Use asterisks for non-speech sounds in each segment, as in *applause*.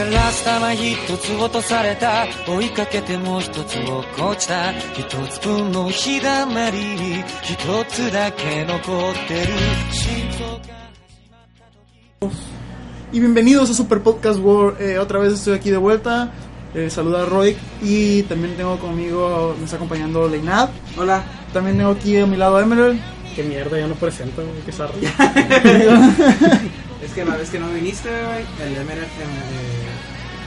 は一つ落とされた追いかけても一つ落っこちた一つ分の日だまりに一つだけ残ってる心臓が Y bienvenidos a Super Podcast World. Eh, otra vez estoy aquí de vuelta. Eh, saluda a Roy y también tengo conmigo, me está acompañando Leinad. Hola. También tengo aquí a mi lado a Emerald. Qué mierda, yo no presento, güey, qué zarra. Es que la vez que no viniste, güey, el Emer me eh,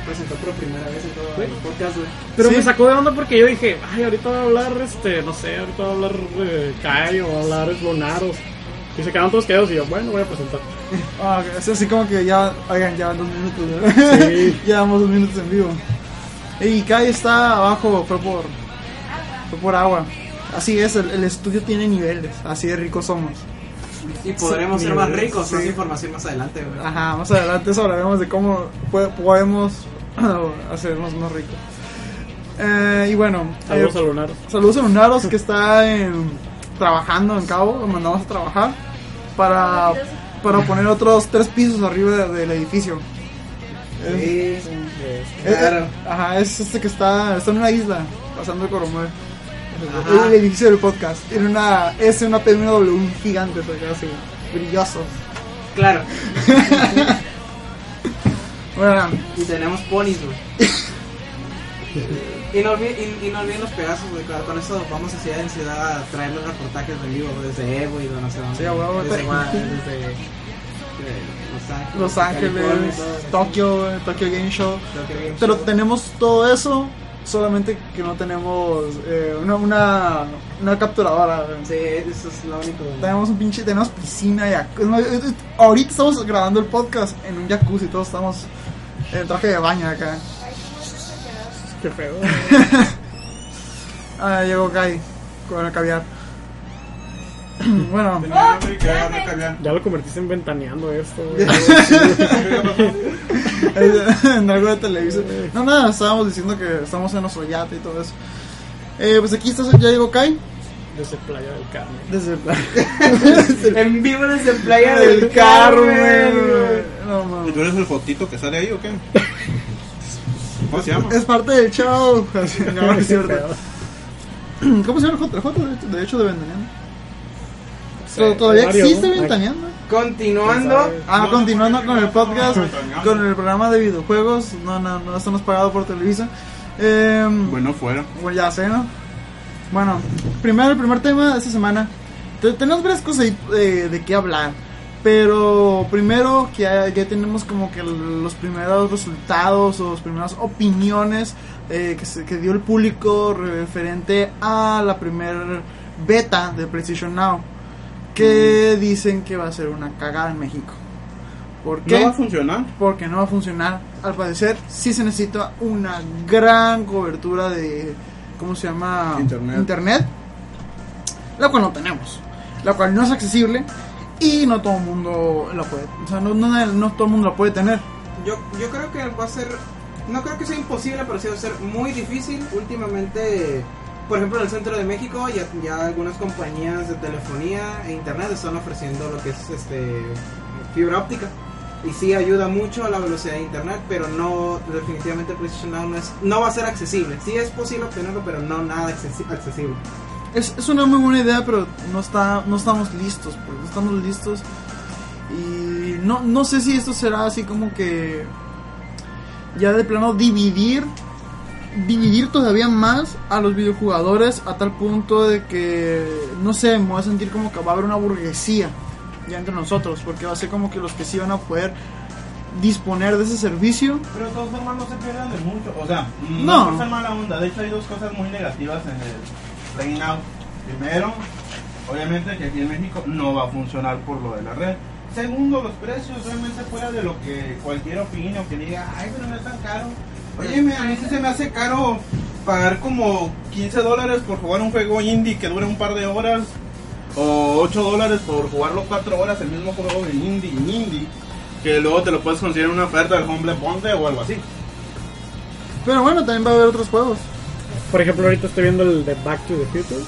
presentó por primera vez en todo el podcast, güey. Pero Sí. me sacó de onda porque yo dije, ay, ahorita va a hablar, este, no sé, ahorita va a hablar eh, Kai o va a hablar Lonaros. Y se quedaron todos quedados y yo, bueno, voy a presentar. Ah, es así como que ya, oigan, ya van dos minutos. ¿verdad? Sí. *laughs* ya vamos dos minutos en vivo. Y Kai está abajo, fue por, fue por agua. Así es, el, el estudio tiene niveles, así de ricos somos. Y podremos Sí, ser más sí. ricos, más información más adelante, güey. Ajá, más adelante eso hablaremos de cómo po- podemos *clears throat* hacernos más ricos. Eh, y bueno, Saludos eh, a Lonaros. saludos a Lunaros que está en- trabajando en Cabo, lo mandamos a trabajar para, para poner otros tres pisos arriba de- del edificio. Es- Sí, Eh, es- claro. Ajá, es este que está, está en una isla, pasando el Coromel. Ajá. El edificio del podcast. Tiene una S, una P, una W gigante, así, brillosos. Claro. Bueno, Y tenemos ponis, güey. Y no, olvi- y, y no olviden los pedazos, güey. Con, con eso vamos a ciudad en ciudad a traer los reportajes de vivo desde Evo y de no sé dónde. Sí, a huevo, desde, te- Gua- desde, eh, Los Ángeles. Los Ángeles, Tokio. Tokio, eh, Tokyo Game Show. Pero tenemos todo eso, solamente que no tenemos eh, una, una, una capturadora. güey. Sí, eso es lo único. Tenemos un pinche, tenemos piscina y yac- es más, es- es- Ahorita estamos grabando el podcast en un jacuzzi, todos estamos en traje de baño acá. qué feo. Ah, llegó Kai con el caviar. *clears throat* bueno, Ya lo convertiste en ventaneando esto, güey. *laughs* en algo de televisión. No, nada, estábamos diciendo que estamos en nuestro yate y todo eso. Eh, pues aquí está, ya llegó Kai. Desde Playa del Carmen. Desde el *laughs* En vivo desde Playa del del Carmen. Carmen. No, mames. ¿Tú eres el fotito que sale ahí o qué? ¿Cómo se llama? Es parte del *laughs* show. *laughs* No, es cierto. ¿Cómo se llama el J? El J, de hecho- de hecho, de Ventaneando. Pero ¿Todavía Mario, existe ¿no? Ventaneando? Continuando. Ah, No, continuando no, con el no, podcast, no, no, no. con el programa de videojuegos. No, no, no, estamos pagados por Televisa. Eh, Bueno, fuera. Bueno, ya sé, ¿no? Bueno, primero, el primer tema de esta semana. Te- Tenemos varias cosas ahí, eh, de qué hablar. Pero primero que ya, ya tenemos como que l- los primeros resultados o las primeras opiniones eh, que, se- que dio el público referente a la primer beta de Precision Now. Que dicen que va a ser una cagada en México. ¿Por qué? ¿No va a funcionar? porque no va a funcionar. Al parecer, sí se necesita una gran cobertura de. ¿Cómo se llama? Internet. La cual no tenemos. La cual no es accesible. Y no todo el mundo la puede. O sea, no, no- no todo el mundo la puede tener. Yo, yo creo que va a ser. No creo que sea imposible, pero sí va a ser muy difícil. Últimamente, por ejemplo, en el centro de México, ya, ya algunas compañías de telefonía e internet están ofreciendo lo que es este fibra óptica. Y sí ayuda mucho a la velocidad de internet, pero no, definitivamente Precision Now no, es, no va a ser accesible. Sí es posible obtenerlo, pero no nada accesi- accesible. Es, es una muy buena idea, pero no, está, no estamos listos. Pues, no estamos listos. Y no, no sé si esto será así como que. Ya de plano dividir dividir todavía más a los videojugadores a tal punto de que, no sé, me voy a sentir como que va a haber una burguesía ya entre nosotros, porque va a ser como que los que sí van a poder disponer de ese servicio. Pero de todas formas no se pierdan de mucho. O sea, No. no, es por ser mala onda. De hecho, hay dos cosas muy negativas en el Rain Out. Primero, obviamente que aquí en México no va a funcionar por lo de la red. Segundo, los precios realmente fuera de lo que cualquier opina o que diga, ay, pero no es tan caro. Oye, me- a mí sí se me hace caro pagar como 15 dólares por jugar un juego indie que dura un par de horas. O 8 dólares por jugarlo 4 horas el mismo juego de indie, indie. Que luego te lo puedes conseguir en una oferta del Homeland Bundle o algo así. Pero bueno, también va a haber otros juegos. Por ejemplo, ahorita estoy viendo el de Back to the Future.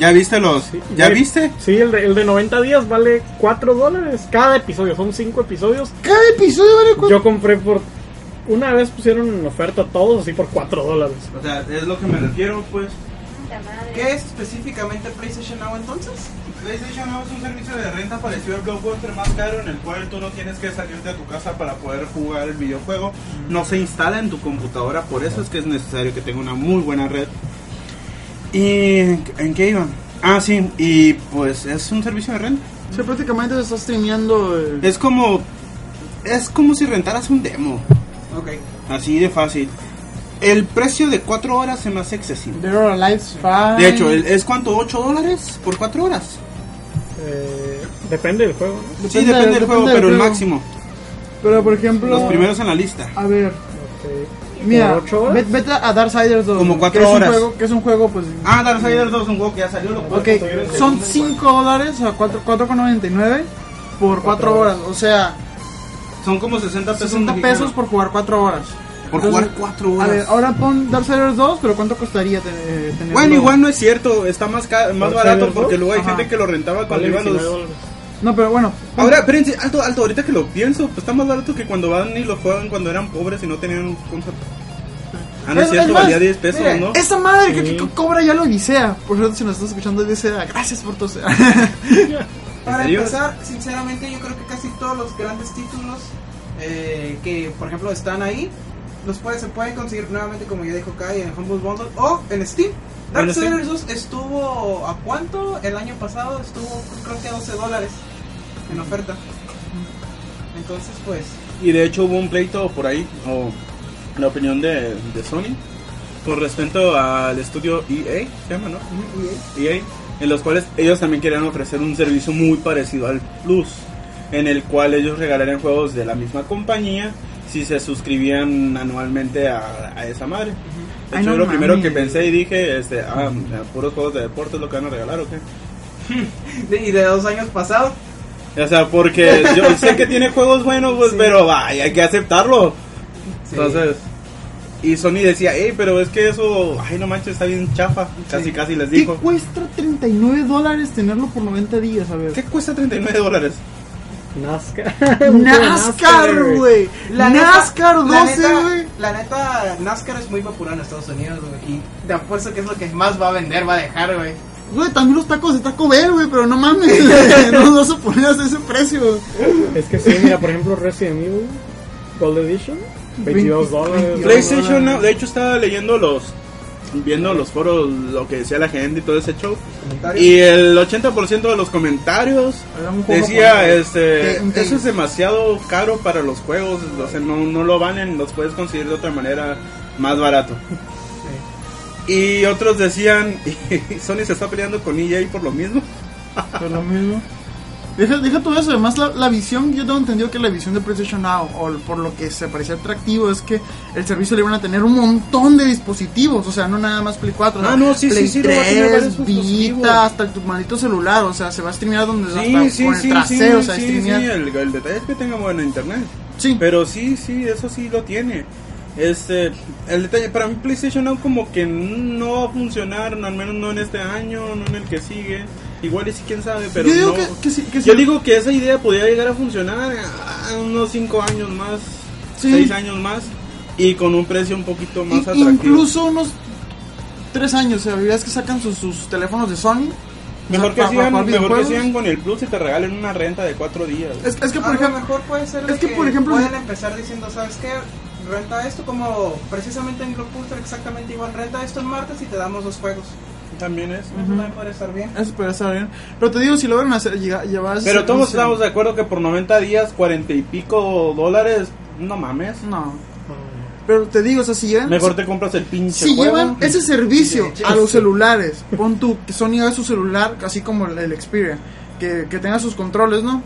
¿Ya viste los? Sí, ¿Ya güey, viste? Sí, el de, el de 90 días vale 4 dólares cada episodio. Son 5 episodios. Cada episodio vale cu- Yo compré por una vez pusieron en oferta a todos así por 4 dólares. O sea, es lo que me refiero, pues. Puta madre. ¿Qué es específicamente PlayStation Now entonces? PlayStation Now es un servicio de renta parecido al Blockbuster más caro en el cual tú no tienes que salir de tu casa para poder jugar el videojuego. No se instala en tu computadora, por eso es que es necesario que tenga una muy buena red. ¿Y en qué iba? Ah, sí, y pues es un servicio de renta. O sea, prácticamente está streameando. el- Es como es como si rentaras un demo, Ok. así de fácil. El precio de 4 horas se me hace excesivo. Dead or Alive five. De hecho, el- ¿es cuánto? ¿8 dólares por 4 horas? Eh, depende del juego, ¿no? sí, depende del juego, depende pero el juego. máximo. Pero por ejemplo. Los primeros en la lista. A ver, Ok. mira, ¿Por Este, ocho horas? ve- vete a Darksiders 2. Como que cuatro es un horas. juego- que es un juego, pues. Ah, Darksiders 2, un juego que ya salió. Lo puedes Ok, conseguir en son segundo y 5 dólares a cuatro- 4,99 por 4 horas. O sea, cuarto. Son como 60 pesos. 60 pesos mexicanos. por jugar 4 horas. Por Entonces, jugar 4 horas. A ver, ahora pon Darksiders 2, pero ¿cuánto costaría te- eh, tenerlo? Bueno, igual no es cierto, está más, ca- más ¿Darksiders barato 2? porque luego hay Ajá. gente que lo rentaba cuando Vale iban 19 los... dólares. No, pero bueno. pon- Ahora, espérense, alto, alto, ahorita que lo pienso, pues está más barato que cuando van y lo juegan cuando eran pobres y no tenían un concepto. Ah, no es Es- cierto, es más, valía 10 pesos, mira, ¿no? Esa madre que, Sí. que cobra ya lo Odisea. Por cierto, si nos estás escuchando, Odisea, gracias por tu. *laughs* Para serio? empezar, sinceramente yo creo que casi todos los grandes títulos eh, que por ejemplo están ahí los puede, se pueden conseguir nuevamente como ya dijo Kai en Humble Bundle o en Steam. Darksiders 2 estuvo a cuánto el año pasado estuvo creo que a 12 dólares en oferta. Entonces pues *laughs* Y de hecho hubo un pleito por ahí, o la opinión de, de Sony, con respecto al estudio EA, se llama, ¿no? EA, en los cuales ellos también querían ofrecer un servicio muy parecido al Plus, en el cual ellos regalarían juegos de la misma compañía si se suscribían anualmente a, a esa madre. De Ay, hecho, Ah, no lo primero mames. que pensé y dije, este, ah, mira, puros juegos de deporte es lo que van a regalar o qué. de- y de dos años pasados O sea, porque *laughs* yo sé que tiene juegos buenos, pues, pero vaya, hay que aceptarlo. sí. Entonces, y Sony decía, hey, pero es que eso, ay, no manches, está bien chafa. Casi, casi les ¿Qué dijo. cuesta 39 dólares tenerlo por 90 días? A ver. ¿Qué cuesta 39 dólares? NASCAR. Un juego de NASCAR, güey. La neta- NASCAR 12, la neta- güey. La neta, NASCAR es muy popular en Estados Unidos, güey. Y te apuesto que es lo que más va a vender, va a dejar, güey. Güey, también los tacos de Taco Bell, güey, pero no mames. *laughs* no nos vas a poner a ese precio. *laughs* Es que sí, mira, por ejemplo, Resident Evil Gold Edition, 22 dólares. *laughs* PlayStation, Now, de hecho, estaba leyendo los. Viendo los foros, lo que decía la gente y todo ese show. Y el 80% de los comentarios Era un juego decía: japonés. este, Que un tenis. Eso es demasiado caro para los juegos. O sea, no, no lo valen, los puedes conseguir de otra manera *laughs* más barato. Y otros decían: *laughs* Sony se está peleando con EA por lo mismo. Pero lo mismo. Deja, deja todo eso, además la, la visión, yo tengo entendido que la visión de PlayStation Now, o por lo que se parecía atractivo, es que el servicio le van a tener un montón de dispositivos, o sea, no nada más Play 4, Ah, o sea, no, sí, sí, Play sí, le va a tener varios 3, dispositivos. Vita, hasta tu maldito celular, o sea, se va a streamear donde hasta por el trasero, o sea, sí, streamear. sí, el, el detalle es que tenga buen internet. Sí. Pero sí, sí, eso sí lo tiene. Este, el detalle, para mí PlayStation Now como que no va a funcionar, no, al menos no en este año, no en el que sigue. Igual y sí, quién sabe, pero yo digo no. que, que sí, que sí. Yo digo que esa idea podría llegar a funcionar a unos 5 años más, Sí. 6 años más, y con un precio un poquito más In- atractivo. Incluso unos tres años, o sea, verás que sacan sus, sus teléfonos de Sony. Mejor, o sea, que pa- pa- sigan, pa- mejor que videojuegos. sigan Ah, con el Plus y te regalen una renta de 4 días. Es, es que, por A lo ejemplo, mejor puede ser es de que, por ejemplo, pueden empezar diciendo, ¿sabes qué? Renta esto como precisamente en Blockbuster exactamente igual. Renta esto en martes y te damos dos juegos. También es. Eso también puede estar bien. Eso podría estar bien. Pero te digo, si logran hacer, llega- llevar ese Pero todos servicio- estamos de acuerdo que por 90 días, 40 y pico dólares, no mames. No. Pero te digo, o sea, si llevan. Mejor te compras el pinche si juego. llevan ese servicio a los celulares, pon tú que Sony haga su celular, así como el, el Xperia, que, que tenga sus controles, ¿no?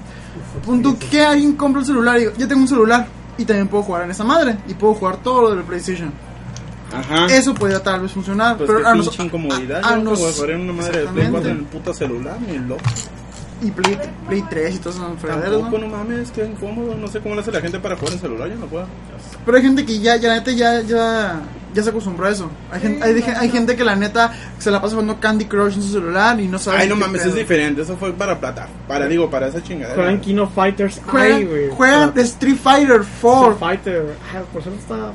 Pon tú que alguien compra el celular y digo, yo tengo un celular y también puedo jugar en esa madre y puedo jugar todo lo del PlayStation. Ajá. Eso podría tal vez funcionar, Ah. Pues pero qué a pinche nos- incomodidad. a- a yo no nos- te voy a poner una madre de Play 4 en el Exactamente. puta celular, ni loco. Y Play, Play 3 y todas esas fregaderas, Tampoco, ¿no? no mames, qué incómodo. No sé cómo lo hace la gente para jugar en celular, yo no puedo. Pero hay gente que ya, ya, neta, ya, ya, ya se acostumbró a eso. Hay, gente, hay, de- hay gente que la neta se la pasa jugando Candy Crush en su celular y no sabe. Ay, no qué mames, pedo. es diferente. Eso fue para plata. Para, digo, para esa chingadera. ah, Juegan Kino Fighters. Ay, güey. Juegan, juegan Pero- Street Fighter Street 4. Fighter. Ay, por cierto, está.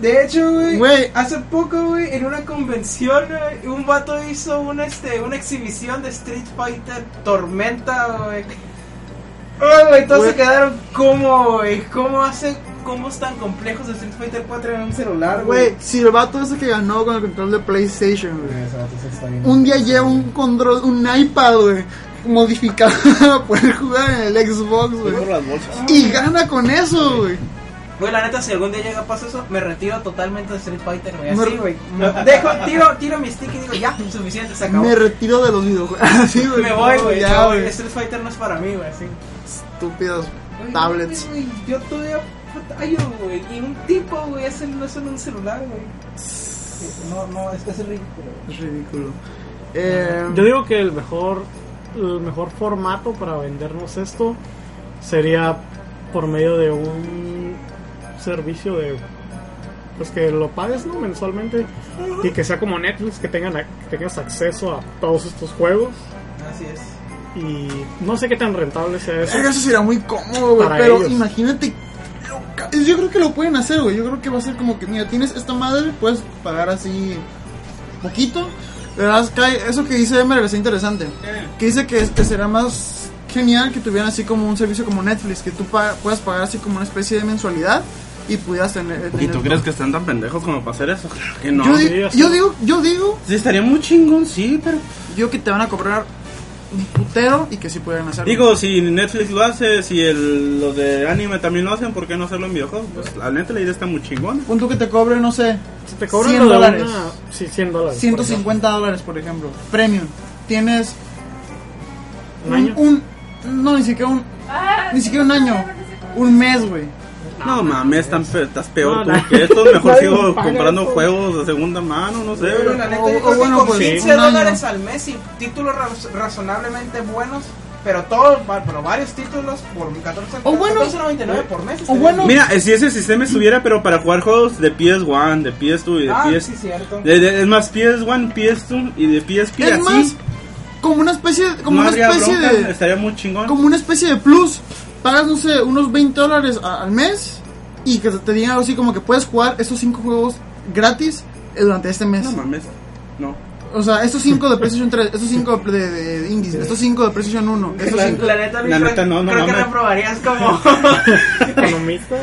De hecho, güey, Güey. hace poco, güey, en una convención, güey, un vato hizo una, este, una exhibición de Street Fighter Tormenta, güey. Ay, güey, todos se Güey. quedaron como, güey, cómo hace combos tan complejos de Street Fighter 4 en un celular, Güey, si el vato ese que ganó con el control de PlayStation, güey. Ese vato se está bien. Un día lleva un control, un iPad, güey, modificado *laughs* para poder jugar en el Xbox, Fue por güey. las bolsas. Y gana con eso, güey. Güey, la neta, si algún día llega a pasar eso, me retiro totalmente de Street Fighter, güey. Me Así, re- güey. Dejo, tiro, tiro mi stick y digo, ya, suficiente, se acabó. Me retiro de los videojuegos. *laughs* Así, güey. Me voy, No, güey. Ya, no, güey, güey. Street Fighter no es para mí, güey, así. Estúpidos Güey, tablets. no, güey, Yo todavía batallo, güey. Y un tipo, güey, hace no es en un celular, güey. No, no, es que es ridículo. Es ridículo. Eh, Yo digo que el mejor, el mejor formato para vendernos esto sería por medio de un servicio de pues que lo pagues no mensualmente y que sea como Netflix que tengan ac- que tengas acceso a todos estos juegos Así es. y no sé qué tan rentable sea eso Eso será muy cómodo, güey. Para Pero ellos. imagínate. lo ca- Yo creo que lo pueden hacer, güey. Yo creo que va a ser como que, mira, tienes esta madre, puedes pagar así poquito. Le das ca- eso que dice Emer es interesante. Que dice que este será más genial que tuvieran así como un servicio como Netflix, que tú pa- puedas pagar así como una especie de mensualidad y pudieras tener. ¿Y tener- tú crees que están tan pendejos como para hacer eso? Claro que no. Yo, di- sí, ya yo sé. digo, yo digo, Sí, estaría muy chingón, sí, pero. yo que te van a cobrar un putero y que sí pueden hacerlo. Digo, si Netflix lo hace, si el, los de anime también lo hacen, ¿por qué no hacerlo en videojuegos? Pues la neta la idea está muy chingona. punto que te cobre, no sé, Si te cobran 100 lo de dólares. una- sí 100 dólares por 150 dólares, por ejemplo, premium. Tienes ejemplo. un un, año un- no, ni siquiera un, ni siquiera un año, un mes, güey. No mames, tan fe- estás peor No, no. tú que esto. *laughs* Mejor Nadie sigo nos paga comprando pues. eso. juegos de segunda mano, no sé. Pero bro. la neta, o- yo o creo que bueno, con pues, 15 un año. dólares al mes y títulos raz- razonablemente buenos, pero todos, va- pero varios títulos por 14, O bueno, 14.99 por mes. o este, está bueno, Mira, eh, si ese sistema estuviera, pero para jugar juegos de PS1, de PS2 y bien. de ah, PS... sí, cierto. de- de- es más, PS1, PS2 y de PSP es así. más como una especie, como no una habría especie bronca, de, Estaría muy chingón. como una especie de plus. Pagas no sé unos 20 dólares a- al mes y que te digan algo así como que puedes jugar estos cinco juegos gratis eh, durante este mes. No mames. No. O sea, estos 5 *laughs* de PlayStation 3, estos 5 de, de, de Indies, estos 5 de PlayStation *laughs* 1, estos la, 5... la neta, mi La Frank, neta, no, no creo que mames. reprobarías *laughs* como. economista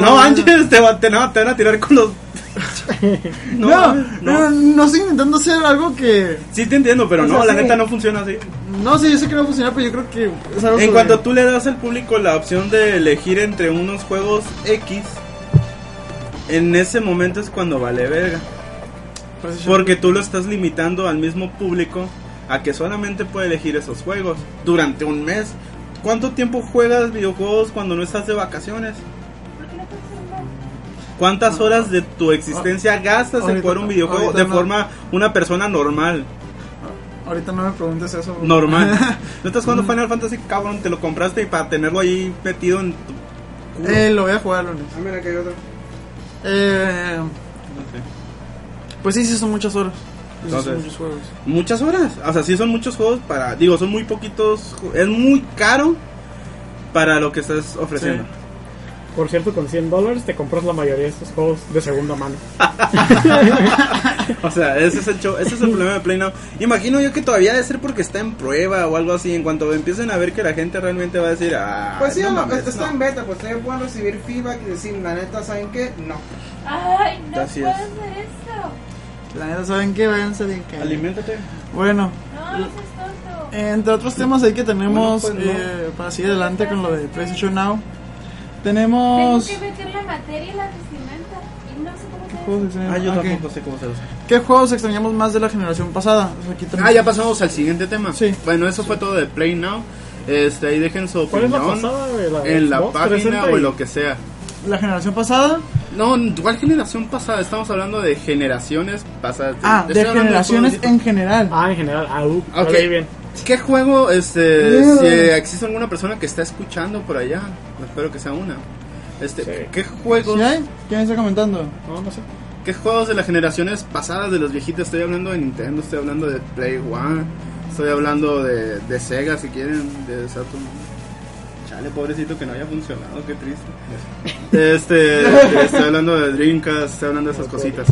No manches, te, va- te, no, te van a tirar con los. *laughs* *laughs* No, no, no, estoy intentando hacer algo que... Sí te entiendo, pero O no, sea, la sí. neta no funciona así. No sé, yo sé que no va a funcionar, pero yo creo que es algo En sobre- cuanto tú le das al público la opción de elegir entre unos juegos X, en ese momento es cuando vale verga. PlayStation. Porque tú lo estás limitando al mismo público a que solamente puede elegir esos juegos durante un mes. ¿Cuánto tiempo juegas videojuegos cuando no estás de vacaciones? ¿Cuántas horas de tu existencia gastas en Ahorita- jugar un videojuego ahorita de no. forma una persona normal? Ahorita no me preguntes eso. bro. *laughs* Normal. ¿No estás jugando Final Fantasy, cabrón? Te lo compraste y para tenerlo ahí metido en tu culo. eh, lo voy a jugar el lunes. Ah, mira, que hay otro. Eh, No sé. pues sí, sí son muchas horas. Sí, Entonces. son muchos juegos. Muchas horas. O sea, sí son muchos juegos para. Digo, son muy poquitos. ju- Es muy caro para lo que estás ofreciendo. por cierto con 100 dólares te compras la mayoría de estos juegos de segunda mano *laughs* O sea, ese es el show, ese es el problema de Play Now. Imagino yo que todavía debe ser porque está en prueba o algo así. En cuanto empiecen a ver que la gente realmente va a decir, ah, Pues sí, no no, mames, está no". en beta, pues ustedes pueden recibir feedback y decir, la neta, ¿saben qué? No. Ay, no puedo Así hacer es. eso. La neta, ¿saben qué? Váyanse de que... Aliméntate. Bueno, No, no seas tonto. entre otros temas ahí que tenemos Bueno, pues, no. eh, para seguir adelante con lo de PlayStation Now, tenemos... Tengo que meter la materia y la vestimenta. Y no sé cómo hacer juegos eso. extrañamos? Ah, yo Ah, ok. tampoco sé cómo se usa. ¿Qué juegos extrañamos más de la generación pasada? O sea, aquí también- Ah, ya pasamos al siguiente tema. Sí. Bueno, eso fue todo de Play Now. Este, ahí dejen su ¿Cuál es la opinión pasada de la en la Xbox página 360 o y- en lo que sea. La generación pasada. No, ¿cuál generación pasada? Estamos hablando de generaciones pasadas. Ah, Estoy de hablando generaciones todo- en general. ah en general ah uh, Ok. vale, bien ¿Qué juego, este, Yeah. si existe alguna persona que está escuchando por allá, espero que sea una. Este, Sí. ¿qué juegos? ¿Sí hay? ¿Quién está comentando? no no sé ¿Qué juegos de las generaciones pasadas de los viejitos? Estoy hablando de Nintendo, estoy hablando de Play One, estoy hablando de, de Sega si quieren, de Saturn. Chale, pobrecito que no haya funcionado, qué triste. Este, estoy hablando de Dreamcast, estoy hablando de esas cositas.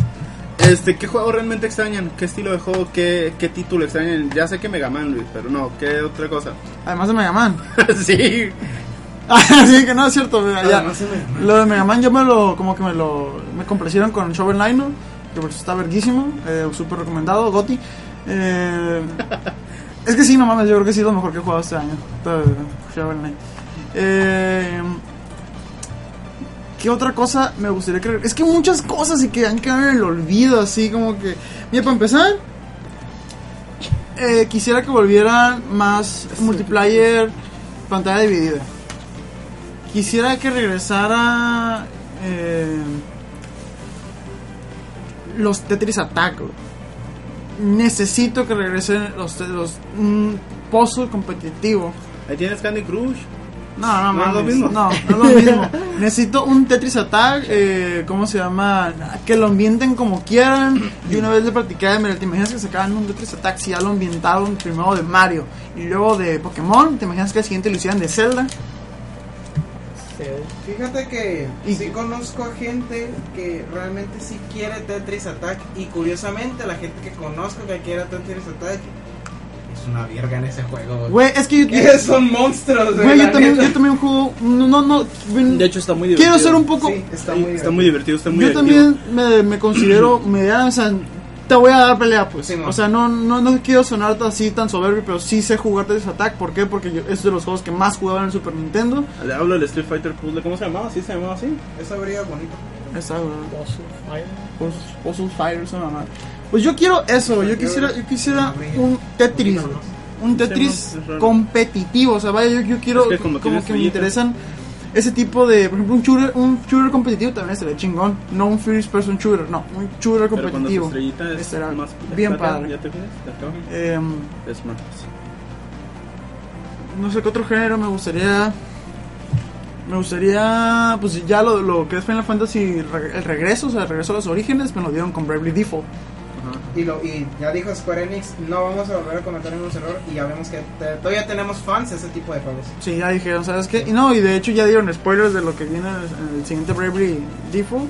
Este, ¿qué juego realmente extrañan? ¿Qué estilo de juego? ¿Qué, qué título extrañan? Ya sé que Mega Man, Luis, pero no, ¿qué otra cosa? *laughs* Además de Mega Man. sí, *laughs* Así que Ah, no es cierto. mira, ya. Además de Mega Lo de Mega Man yo me lo, como que me lo, me complacieron con Shovel Knight, ¿no? que por eso está verguísimo, eh, súper recomendado, Gotti. Eh, es que sí, no mames, yo creo que sí es lo mejor que he jugado este año, todo, Shovel Knight. Eh, ¿Qué otra cosa me gustaría creer? Es que muchas cosas y que han quedado en el olvido, así como que... Mira, para empezar, eh, quisiera que volvieran más multiplayer, pantalla dividida. Quisiera que regresara eh, los Tetris Attack. güey. Necesito que regresen los, los un puzzle competitivo. ahí tienes Candy Crush. No, no, No es lo mames, mismo. No, no es lo mismo. *laughs* Necesito un Tetris Attack, eh, ¿cómo se llama? Que lo ambienten como quieran. Y una vez le practiqué, mira, te imaginas que sacaban un Tetris Attack si ya lo ambientaron primero de Mario y luego de Pokémon. ¿Te imaginas que el siguiente lo hicieran de Zelda? Fíjate que Y- sí conozco a gente que realmente sí quiere Tetris Attack y curiosamente la gente que conozco que quiere Tetris Attack es una verga en ese juego. *laughs* güey. Güey, es *laughs* que yo, Son monstruos, Güey, yo la también, neta. yo también juego. No, no, no. ven- De hecho, está muy divertido. quiero ser un poco. Sí, está muy Está divertido. muy divertido, está muy yo activo. también me, me *clears throat* considero. Me da, o sea, te voy a dar pelea, pues. Sí, man. o sea, no, no, no quiero sonar tan- así tan soberbio, pero sí sé jugar Tetris Attack. ¿Por qué? Porque yo- es de los juegos que más jugaba en el Super Nintendo. Le hablo del Street Fighter Puzzle, ¿cómo se llamaba? ¿Sí se llamaba así? Eso habría bonito. Esa, güey. Puzzle- Puzzle Pues, Fire, esa mamá. Pues yo quiero eso, yo quisiera, yo quisiera un Tetris, güey. un Tetris Sí, man, es raro. competitivo, o sea, vaya, yo, yo quiero Es que como, como tienes que me rayitas. interesan ese tipo de, por ejemplo, un shooter, un shooter competitivo también estaría chingón, no un first person shooter, no, un shooter Pero cuando tu competitivo. estrellita es Estará más bien plata, padre. ¿Ya te fijas? ¿Te acabas? Em, Es más. no sé qué otro género me gustaría. Me gustaría, pues ya lo, lo que es Final Fantasy, re- el regreso, o sea, el regreso a los orígenes, me lo dieron con Bravely Default. Y, lo, y ya dijo Square Enix, no vamos a volver a cometer ningún error y ya vemos que te- todavía tenemos fans de ese tipo de juegos. Sí, ya dijeron, ¿sabes qué? Y no, y de hecho ya dieron spoilers de lo que viene en el siguiente Bravely Default,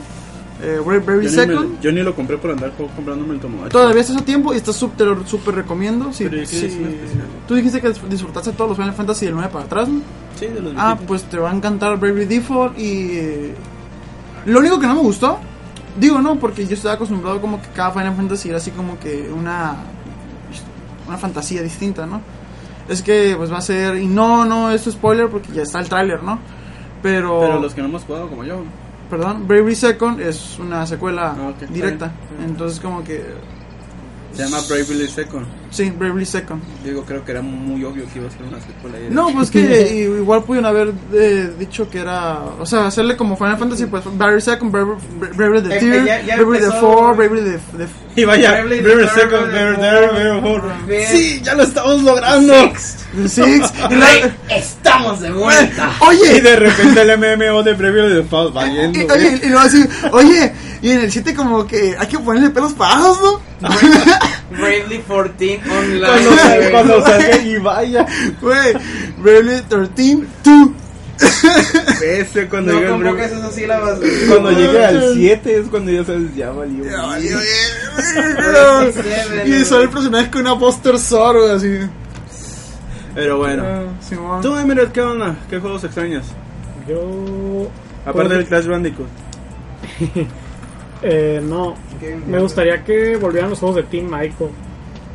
eh, Bra- Bravely Yo ni, me- Second. yo ni lo compré por andar co- comprándome el tomodachi. Todavía estás a tiempo y está súper súper recomiendo. Sí, Pero yo quería sí. decir una especial. Tú dijiste que dis- disfrutaste todos los Final Fantasy del 9 para atrás, ¿no? Sí, de los Ah, viejitos. pues te va a encantar Bravely Default y... eh, Lo único que no me gustó, digo no, porque yo estaba acostumbrado como que cada Final Fantasy era así como que una... Una fantasía distinta, ¿no? Es que pues va a ser... Y no, no, esto es spoiler porque ya está el tráiler, ¿no? Pero... Pero los que no hemos jugado como yo. Perdón, Bravely Second es una secuela Ah, ok, está directa. bien, está bien. Entonces como que... Se llama Bravely Second. Sí, Bravely Second. Digo, creo que era muy obvio que iba a ser una secuela. y era- *laughs* No, pues que i- igual pudieron haber eh, dicho que era. O sea, hacerle como Final Fantasy, pues Barry Second, Braver- Bra- Bravery the Eh, eh, ya- ya Tear, Bravery the empezó. Four, Bravery the. the- *laughs* Y vaya, Bravely Bravely Default, Second, Bravely Bravely Default, Default, Bravely Default. Bravely- Sí, ya lo estamos logrando. the *laughs* Six. y la- ¡Estamos de vuelta! *laughs* Y oye, de repente el MMO de Bravely Default va eh. yendo. y, güey. oye, y luego así, oye, y en el 7 como que hay que ponerle pelos pajos, ¿no? *laughs* Bravely 14 *laughs* Cuando, Online. *laughs* sal- cuando salga y vaya. Güey, Bravely 13, 2. Ese, cuando No llega el convoques Bravely- esas sílabas. Cuando llegue al 7 es cuando ya sabes, ya valió. Y *laughs* sale el personaje con una voz tersor, güey, así. Pero bueno. Ah, Simón. Tú, Emerald, ¿qué onda? ¿Qué juegos extrañas? Yo. Aparte del Clash Bandicoot. Eh, no. Me gustaría que volvieran los juegos de Team Michael.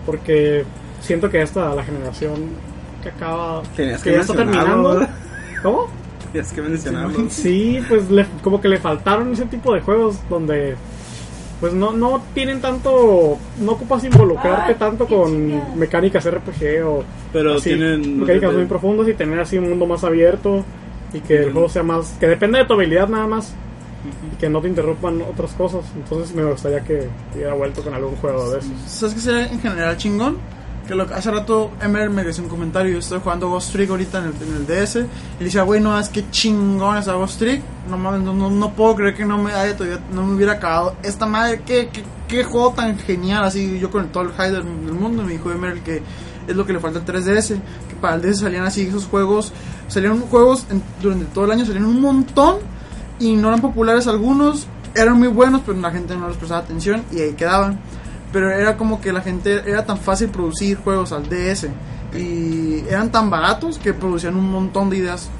Porque siento que esta, la generación que acaba. Tenías que que ya está mencionarlo, terminando. ¿verdad? ¿Cómo? Tienes que mencionarlo. Sí, pues le- como que le faltaron ese tipo de juegos donde pues no, no tienen tanto, no ocupas involucrarte Ay, tanto qué con chingada. mecánicas RPG o Pero así, tienen. mecánicas muy profundas y tener así un mundo más abierto y que el juego sea más, que dependa de tu habilidad nada más y que no te interrumpan otras cosas. Entonces me gustaría que hubiera vuelto con algún juego de esos. ¿Sabes qué sería en general chingón? Que lo, hace rato Emer me decía un comentario, yo estoy jugando Ghost Trick ahorita en el, en el DS. Y decía, güey, no, es que chingón esa Ghost Trick. No, mames, no, no, no puedo creer que no me, haya todavía- no me hubiera acabado. Esta madre, qué, qué, qué juego tan genial. Así yo con todo el hype del, del mundo. Y me dijo Emer que es lo que le falta al 3DS. Que para el DS salían así esos juegos. Salieron juegos en- durante todo el año, salieron un montón. Y no eran populares algunos. Eran muy buenos, pero la gente no les prestaba atención. Y ahí quedaban pero era como que la gente era tan fácil producir juegos al DS y eran tan baratos que producían un montón de ideas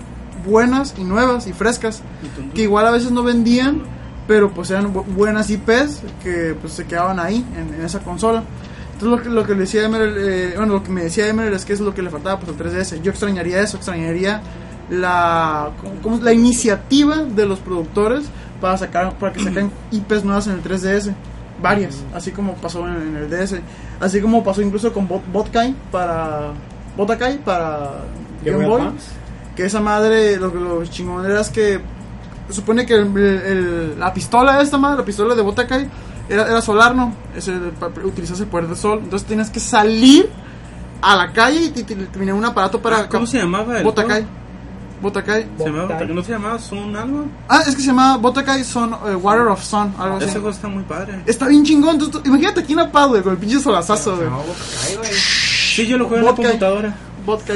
buenas y nuevas y frescas que igual a veces no vendían pero pues eran bu- buenas IPs que pues se quedaban ahí en, en esa consola entonces lo que, lo que le decía Emerald, eh, bueno lo que me decía Emerald es que es lo que le faltaba pues al 3DS yo extrañaría eso extrañaría la ¿cómo- cómo es? la iniciativa de los productores para sacar para que saquen *clears throat* IPs nuevas en el 3DS varias, así como pasó en, en el DS, así como pasó incluso con Bot Botkai para Botakai para Game, Boy, Advance. que esa madre lo, lo chingón era es que supone que el- el- la pistola esta madre, la pistola de Botakai era, era solar, ¿no? Es el- pa- utilizas el poder del sol, entonces tienes que salir a la calle y te- te- tenía un aparato para Ah, ¿Cómo se llamaba el Botakai. juego? Botakai. ¿Se llamaba, ¿No se llamaba Sun algo? Ah, es que se llama Botakai Son eh, Water of Sun, algo así. Ese juego está muy padre. Está bien chingón. entonces, tú- imagínate aquí una Pau, güey, con el pinche solazazo, güey. No, Botakai, güey. Sí, yo lo jugué en la Vodka. computadora. Vodka.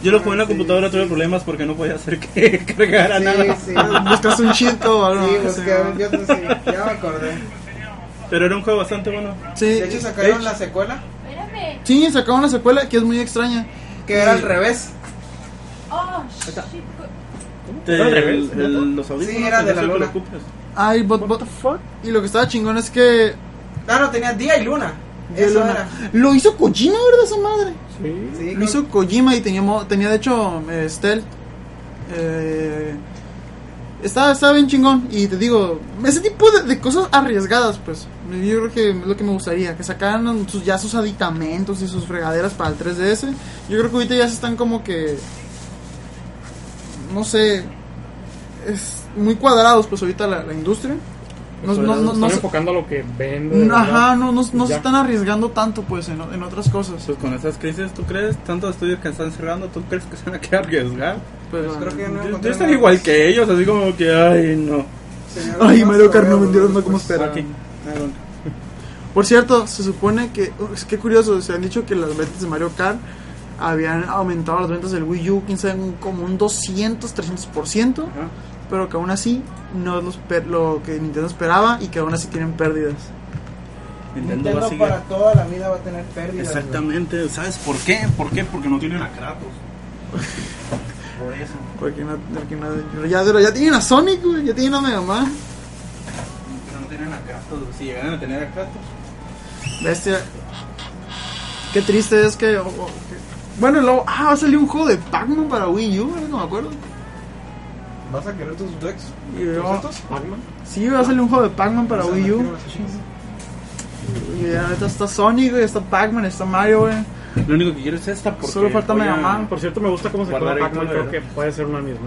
Yo lo jugué en la computadora, tuve problemas porque no podía hacer que *laughs* cargara nada. *laughs* Sí, sí. Buscas un cheeto o algo. Sí, que pues, sea. que- yo no sé, ya me acordé. Pero era un juego bastante bueno. Sí, De hecho, de sacaron la secuela Espérame. Sí, sacaron una secuela que es muy extraña. que era al revés. Oh, shit. Te- Al el- revés, el- pues, los audífonos. Sí, era de no la te luna. preocupes. Ay, bot, bot. Y lo que estaba chingón es que. Claro, Ah, tenía día y luna. Eso era. Lo hizo Kojima, ¿verdad? Esa madre. Sí. Sí, Lo hizo Kojima y tenía, mo- tenía de hecho eh, Stealth. Eh, estaba, estaba bien chingón. Y te digo, ese tipo de, de cosas arriesgadas, pues. Yo creo que es lo que me gustaría. Que sacaran sus, ya sus aditamentos y sus fregaderas para el 3DS. Yo creo que ahorita ya se están como que. No sé. Es muy cuadrados, pues ahorita la, la industria. No, Pues, no, no, están no se- enfocando a lo que vende. de ajá, verdad. no, no, no se Ya. están arriesgando tanto, pues, en, en otras cosas. Pues con esas crisis, ¿tú crees? Tantos estudios que están cerrando, ¿tú crees que se van a quedar arriesgar? Pero, eh, creo que no Yo, yo encontré estaba nada. igual que ellos, así como que, ay, no. Señor, Ay, no Mario Kart sabemos, no vendieron más como pues, espera. Aquí, claro. Por cierto, se supone que, uh, es que curioso, se han dicho que las ventas de Mario Kart habían aumentado las ventas del Wii U, quién sabe, un- como un 200, 300%, Ajá. pero que aún así no es los per- lo que Nintendo esperaba y que aún así tienen pérdidas. Nintendo va a Nintendo seguir. para toda la vida va a tener pérdidas. güey. Exactamente, ¿sabes por qué? ¿Por qué? Porque no tienen a *laughs* Kratos. Por eso. Porque no- porque no- pero ya, pero ya tienen a Sonic, güey, ya tienen a Mega Man. Pero no tienen a Kratos. Si llegaran a tener a Kratos. Bestia. Qué triste es que... o- o- que- bueno, y luego, ah, va a salir un juego de Pac-Man para Wii U, ¿verdad? no me acuerdo. ¿Vas a querer tus decks? Y yo- Pac-Man. sí, va a salir un juego de Pac-Man para Wii U. Y ahorita está Sonic, güey, está Pac-Man, está Mario, güey. Lo único que quiero es esta porque... Solo falta voy Mega a- Man. Por cierto, me gusta cómo se Guardar llama ahí Pac-Man. todo, Creo que ¿verdad? puede ser una misma.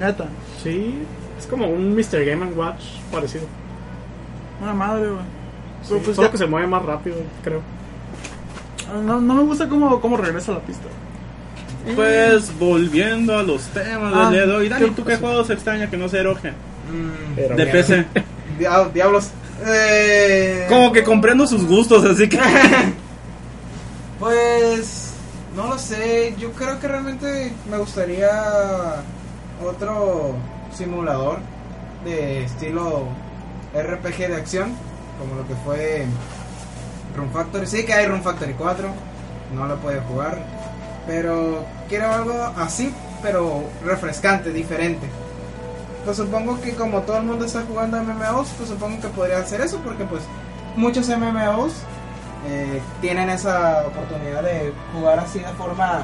Neta, Sí, es como un Mr. Game and Watch parecido. una madre, güey. Sí, Pero pues solo ya- que se mueve más rápido, creo. no, no me gusta cómo, cómo regresa a la pista. Pues volviendo a los temas Ah, del dedo. Y Dani, ¿qué ¿tú qué pasó? juegos extraña que no se eroje? Mm, Pero De mira, PC. dia- Diablos. Eh, Como que comprendo sus gustos, así *laughs* que. Pues no lo sé, yo creo que realmente me gustaría otro simulador de estilo RPG de acción, como lo que fue Run Factory. Sí que hay Run Factory 4, no lo puede jugar, pero quiero algo así, pero refrescante, diferente. Pues supongo que como todo el mundo está jugando MMOs, pues supongo que podría hacer eso, porque pues muchos MMOs eh, tienen esa oportunidad de jugar así de forma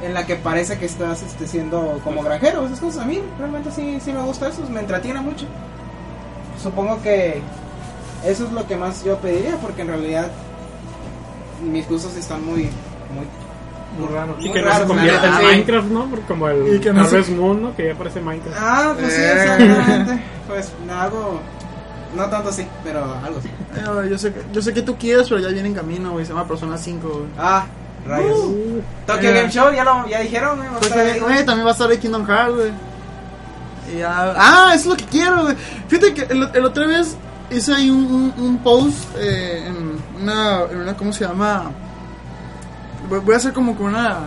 en la que parece que estás este, siendo como granjero, esas cosas. A mí realmente sí, sí me gusta eso, me entretiene mucho. Supongo que eso es lo que más yo pediría, porque en realidad mis gustos están muy, muy, muy raros. Y muy que no se raros, convierta en nada, sí. Minecraft, ¿no? Porque Como el Y que no se- Harvest Moon, ¿no? Que ya parece Minecraft. Ah, pues sí, Eh. exactamente. Pues algo, no tanto así, pero algo así. Eh, yo, sé, que- yo sé que tú quieres, pero ya viene en camino, güey. Se llama Persona 5, güey. Ah, rayos. Uh, Tokyo eh, Game Show, ya, lo, ya dijeron, güey, va a Pues, estar ahí, eh, güey. güey, también va a estar el Kingdom Hearts, güey. Y ya- Ah, eso es lo que quiero, güey. Fíjate que el, el otra vez hice ahí un, un, un post eh, en, una, en una. ¿Cómo se llama? Voy, voy a hacer como que una.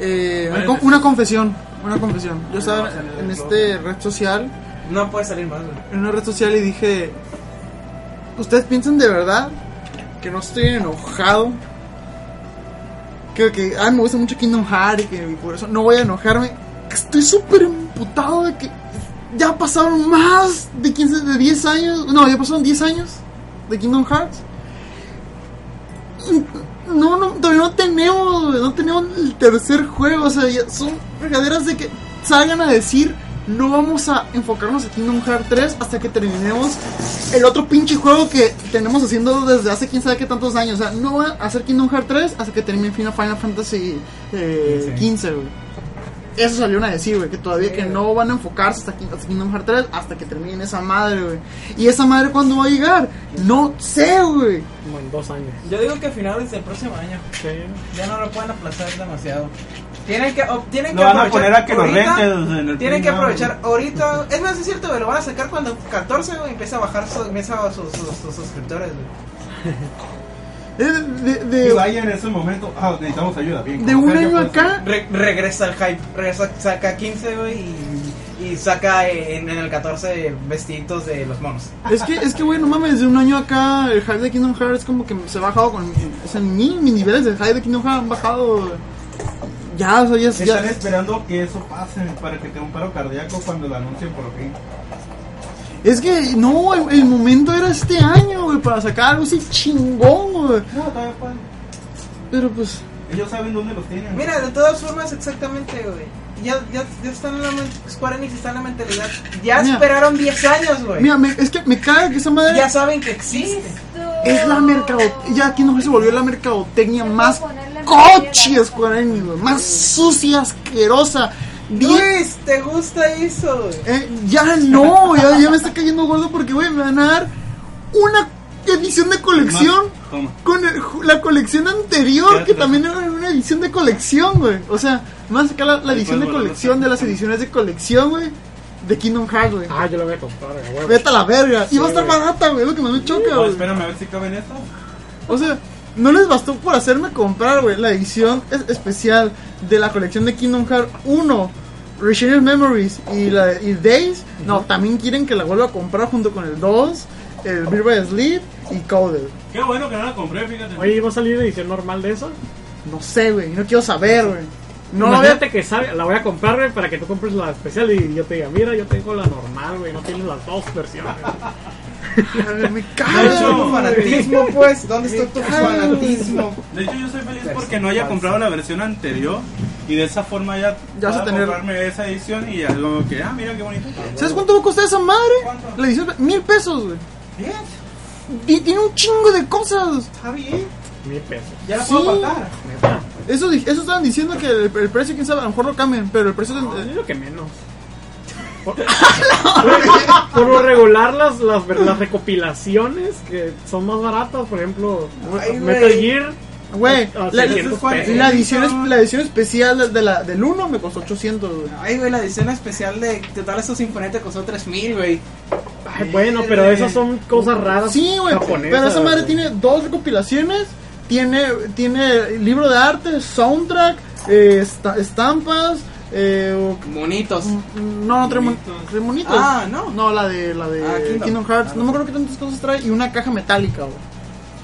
eh, una, con- una confesión. Una confesión. Yo estaba en este red social No puede salir más, güey. en una red social y dije, ¿ustedes piensan de verdad que no estoy enojado? Que, que ay, me gusta mucho Kingdom Hearts y que por eso no voy a enojarme. Que estoy súper emputado de que ya pasaron más de 15, de 10 años. No, ya pasaron 10 años de Kingdom Hearts. No, no, todavía no tenemos, güey, no tenemos el tercer juego, o sea, ya son regaderas de que salgan a decir, no vamos a enfocarnos aquí en Kingdom Hearts 3 hasta que terminemos el otro pinche juego que tenemos haciendo desde hace quién sabe qué tantos años, o sea, no van a hacer Kingdom Hearts 3 hasta que termine Final, Final Fantasy eh, 15, güey. Eso salieron a decir, güey, que todavía que no van a enfocarse hasta, King- hasta Kingdom Hearts 3 hasta que terminen esa madre, güey. ¿Y esa madre cuándo va a llegar? No sé, güey. Como en dos años. Yo digo que a finales del próximo año. Sí. Ya no lo pueden aplazar demasiado. Tienen que, o- tienen Lo que van a aprovechar poner a que lo ahorita, rentes en Tienen el que Play Now, aprovechar ahorita. Es más, es cierto, güey, lo van a sacar cuando 14 güey, empieza a bajar su- empieza a sus, sus- sus suscriptores. güey. Eh, De, de- Y vaya en ese momento, ah, necesitamos ayuda. Bien, de ¿cómo un que año pasa? pues. acá Re- regresa el hype, regresa, saca 15 güey, y, y saca en, en el 14 vestiditos de los monos. Es que, es que, güey, no mames, de un año acá el hype de Kingdom Hearts como que se ha bajado con... O sea, ni mis niveles de hype de Kingdom Hearts han bajado... Ya, o sea, ya... Están ya- esperando que eso pase para que tenga un paro cardíaco cuando lo anuncien por fin. es que, no, el, el momento era este año, güey, para sacar algo así chingón, güey. No, todavía pueden. Pero pues... Ellos saben dónde los tienen. Mira, de todas formas, exactamente, güey. Ya, ya, ya están en la men- Square Enix está en la mentalidad. Ya Mira. esperaron 10 años, güey. Mira, me- es que me caga que esa madre... Ya saben que existe. Es la mercadotecnia. Ya aquí no se volvió la mercadotecnia más coche Square Enix, güey, Más sucia, asquerosa. Bien. Luis, ¿te gusta eso? güey? Eh, ya no, ya, ya me está cayendo gordo porque, güey, me van a dar una edición de colección Toma. con el ju- la colección anterior, Ya que te- también era una edición de colección, güey. O sea, más acá la, la edición de puedes colección de las ediciones de colección, güey, de Kingdom Hearts, güey. Ah, yo la voy a comprar, a huevo. Vete a la verga. y va a estar güey. barata, güey, es lo que más me choca, No, güey. Oh, espérame a ver si cabe en esto. O sea, no les bastó por hacerme comprar, güey, la edición es- especial de la colección de Kingdom Hearts 1, Reshared Memories y, la, y Days. No, también quieren que la vuelva a comprar junto con el 2, el Beer by Sleep y Coder. Qué bueno que no la compré, fíjate. Oye, ¿y ¿va a salir edición normal de esa? No sé, güey, no quiero saber, güey. No No, lo había... Imagínate que sabe- la voy a comprar, güey, para que tú compres la especial y yo te diga, mira, yo tengo la normal, güey, no tienes las dos *laughs* versiones. Me ¿Dónde está cago, tu güey. Ah, fanatismo, pues? ¿Dónde está tu cago. fanatismo? De hecho, yo soy feliz Pues, Versión porque no haya falsa. comprado la versión anterior y de esa forma ya, Ya vas a pueda tener- comprarme esa edición y ya lo que, ah, mira qué bonito. ¿Sabes cuánto va a costar esa madre? ¿Cuánto? La edición... Mil pesos, güey. Bien, Y tiene un chingo de cosas. está bien. Mil pesos. Ya la Sí. puedo pagar. Eso, di- eso estaban diciendo que el, el precio, quién sabe, a lo mejor lo cambien, pero el precio... eh, No, yo lo que menos. Por, *laughs* por lo regular, las, las, ver- las recopilaciones que son más baratas, por ejemplo, Ay, Metal güey. Gear. Güey, Ah, la, 600 pesos. la edición, es- la edición especial de- de la, del 1 me costó 800, güey. Ay, güey, la edición especial de Total Estos Sinfonía te costó 3000, güey. Ay, bueno, pero esas son cosas raras. Ah, Sí, güey, japonesas, pero esa madre güey. tiene dos recopilaciones, tiene, tiene libro de arte, soundtrack, eh, esta- estampas, eh, Bonitos. no, no trae mon- trae monitos. Ah, no. No, la de, la de Ah, Kingdom. Kingdom. Hearts. Ah, no me acuerdo qué tantas cosas trae. Y una caja metálica, güey.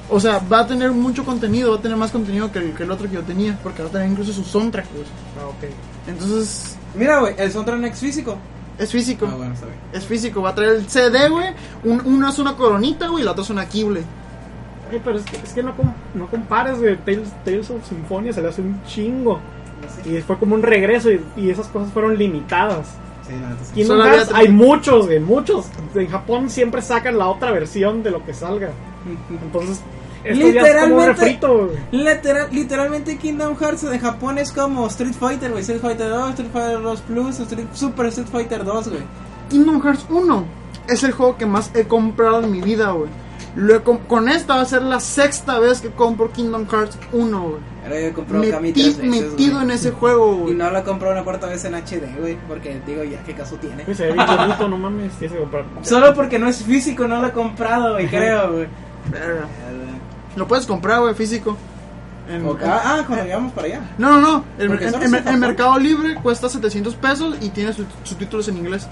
O sea, va a tener mucho contenido, va a tener más contenido que el, que el otro que yo tenía. Porque va a tener incluso su soundtrack, güey. Ah, ok. Entonces, Mira, güey, el soundtrack no es físico. es físico. Ah, bueno, está bien. Es físico, va a traer el CD, güey. Un- una es una coronita, güey, y la otra es una kible. Ay, pero es que, es que no, com- no compares, güey. Tales, Tales of Symphonia se le hace un chingo. Y fue como un regreso y, y esas cosas fueron limitadas. Sí, la neta sí. Kingdom Solo había Hearts, tres- hay muchos, güey, muchos. En Japón siempre sacan la otra versión de lo que salga. Entonces, esto ya es como un Literalmente- refrito. güey. *laughs* Literal- literalmente Kingdom Hearts en Japón es como Street Fighter, güey. Street Fighter 2, Street Fighter 2 Plus, Street- Super Street Fighter 2, güey. Kingdom Hearts 1 es el juego que más he comprado en mi vida, güey. Lo he comp- con esta va a ser la sexta vez que compro Kingdom Hearts 1, güey. Ahora yo compré un Kami Meti- tres veces, metido güey. en ese juego, Y güey. no la compré una cuarta vez en HD, güey, porque digo, ya, ¿qué caso tiene? Uy, se ve bien bonito, no mames, tienes que comprar. Solo porque no es físico, no lo he comprado, güey, creo, güey. Verga. Lo puedes comprar, güey, físico. En- Eh, Ok, Ah, cuando llegamos para allá. No, no, no. El, Porque mer- solo en- se en- tapó. en Mercado Libre cuesta 700 pesos y tiene sus subtítulos en inglés.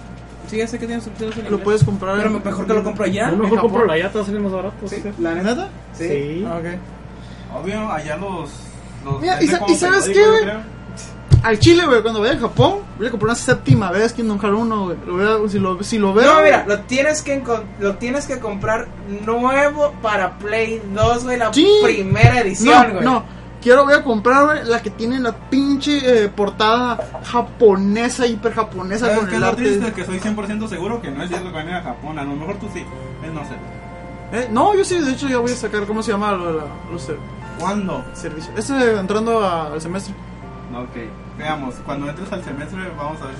Sí, ya sé que tiene subtítulos en Lo inglés. puedes comprar. Pero en- mejor que lo compro allá. Yo en mejor Japón. compro la yata, sale más barato. Sí, ¿sí? la ¿La neta. neta? Sí. Ah, ok. Obvio, allá los. los Mira, y venden sa- como y ¿sabes qué, periódico, yo güey? creo. Al Chile, güey, cuando vaya a Japón, voy a comprar una séptima vez Kingdom Hearts 1, güey. Lo voy a- si, lo, si lo veo. No, mira, lo tienes que encon- lo tienes que comprar nuevo para Play 2, güey, la Sí. primera edición, no, güey. no. Quiero, voy a comprar, güey, la que tiene la pinche eh, portada japonesa, hiper japonesa ¿Sabes con qué es el lo Ah, triste? arte. Que soy 100% seguro que no es cierto que van a ir a Japón. A lo mejor tú sí. Eh, no sé. Eh, no, yo sí, de hecho, ya voy a sacar, ¿cómo se llama? Lo, de la- los ser- ¿Cuándo? servicios. Este entrando a- al semestre. No, ok. Veamos, cuando entres al semestre vamos a ver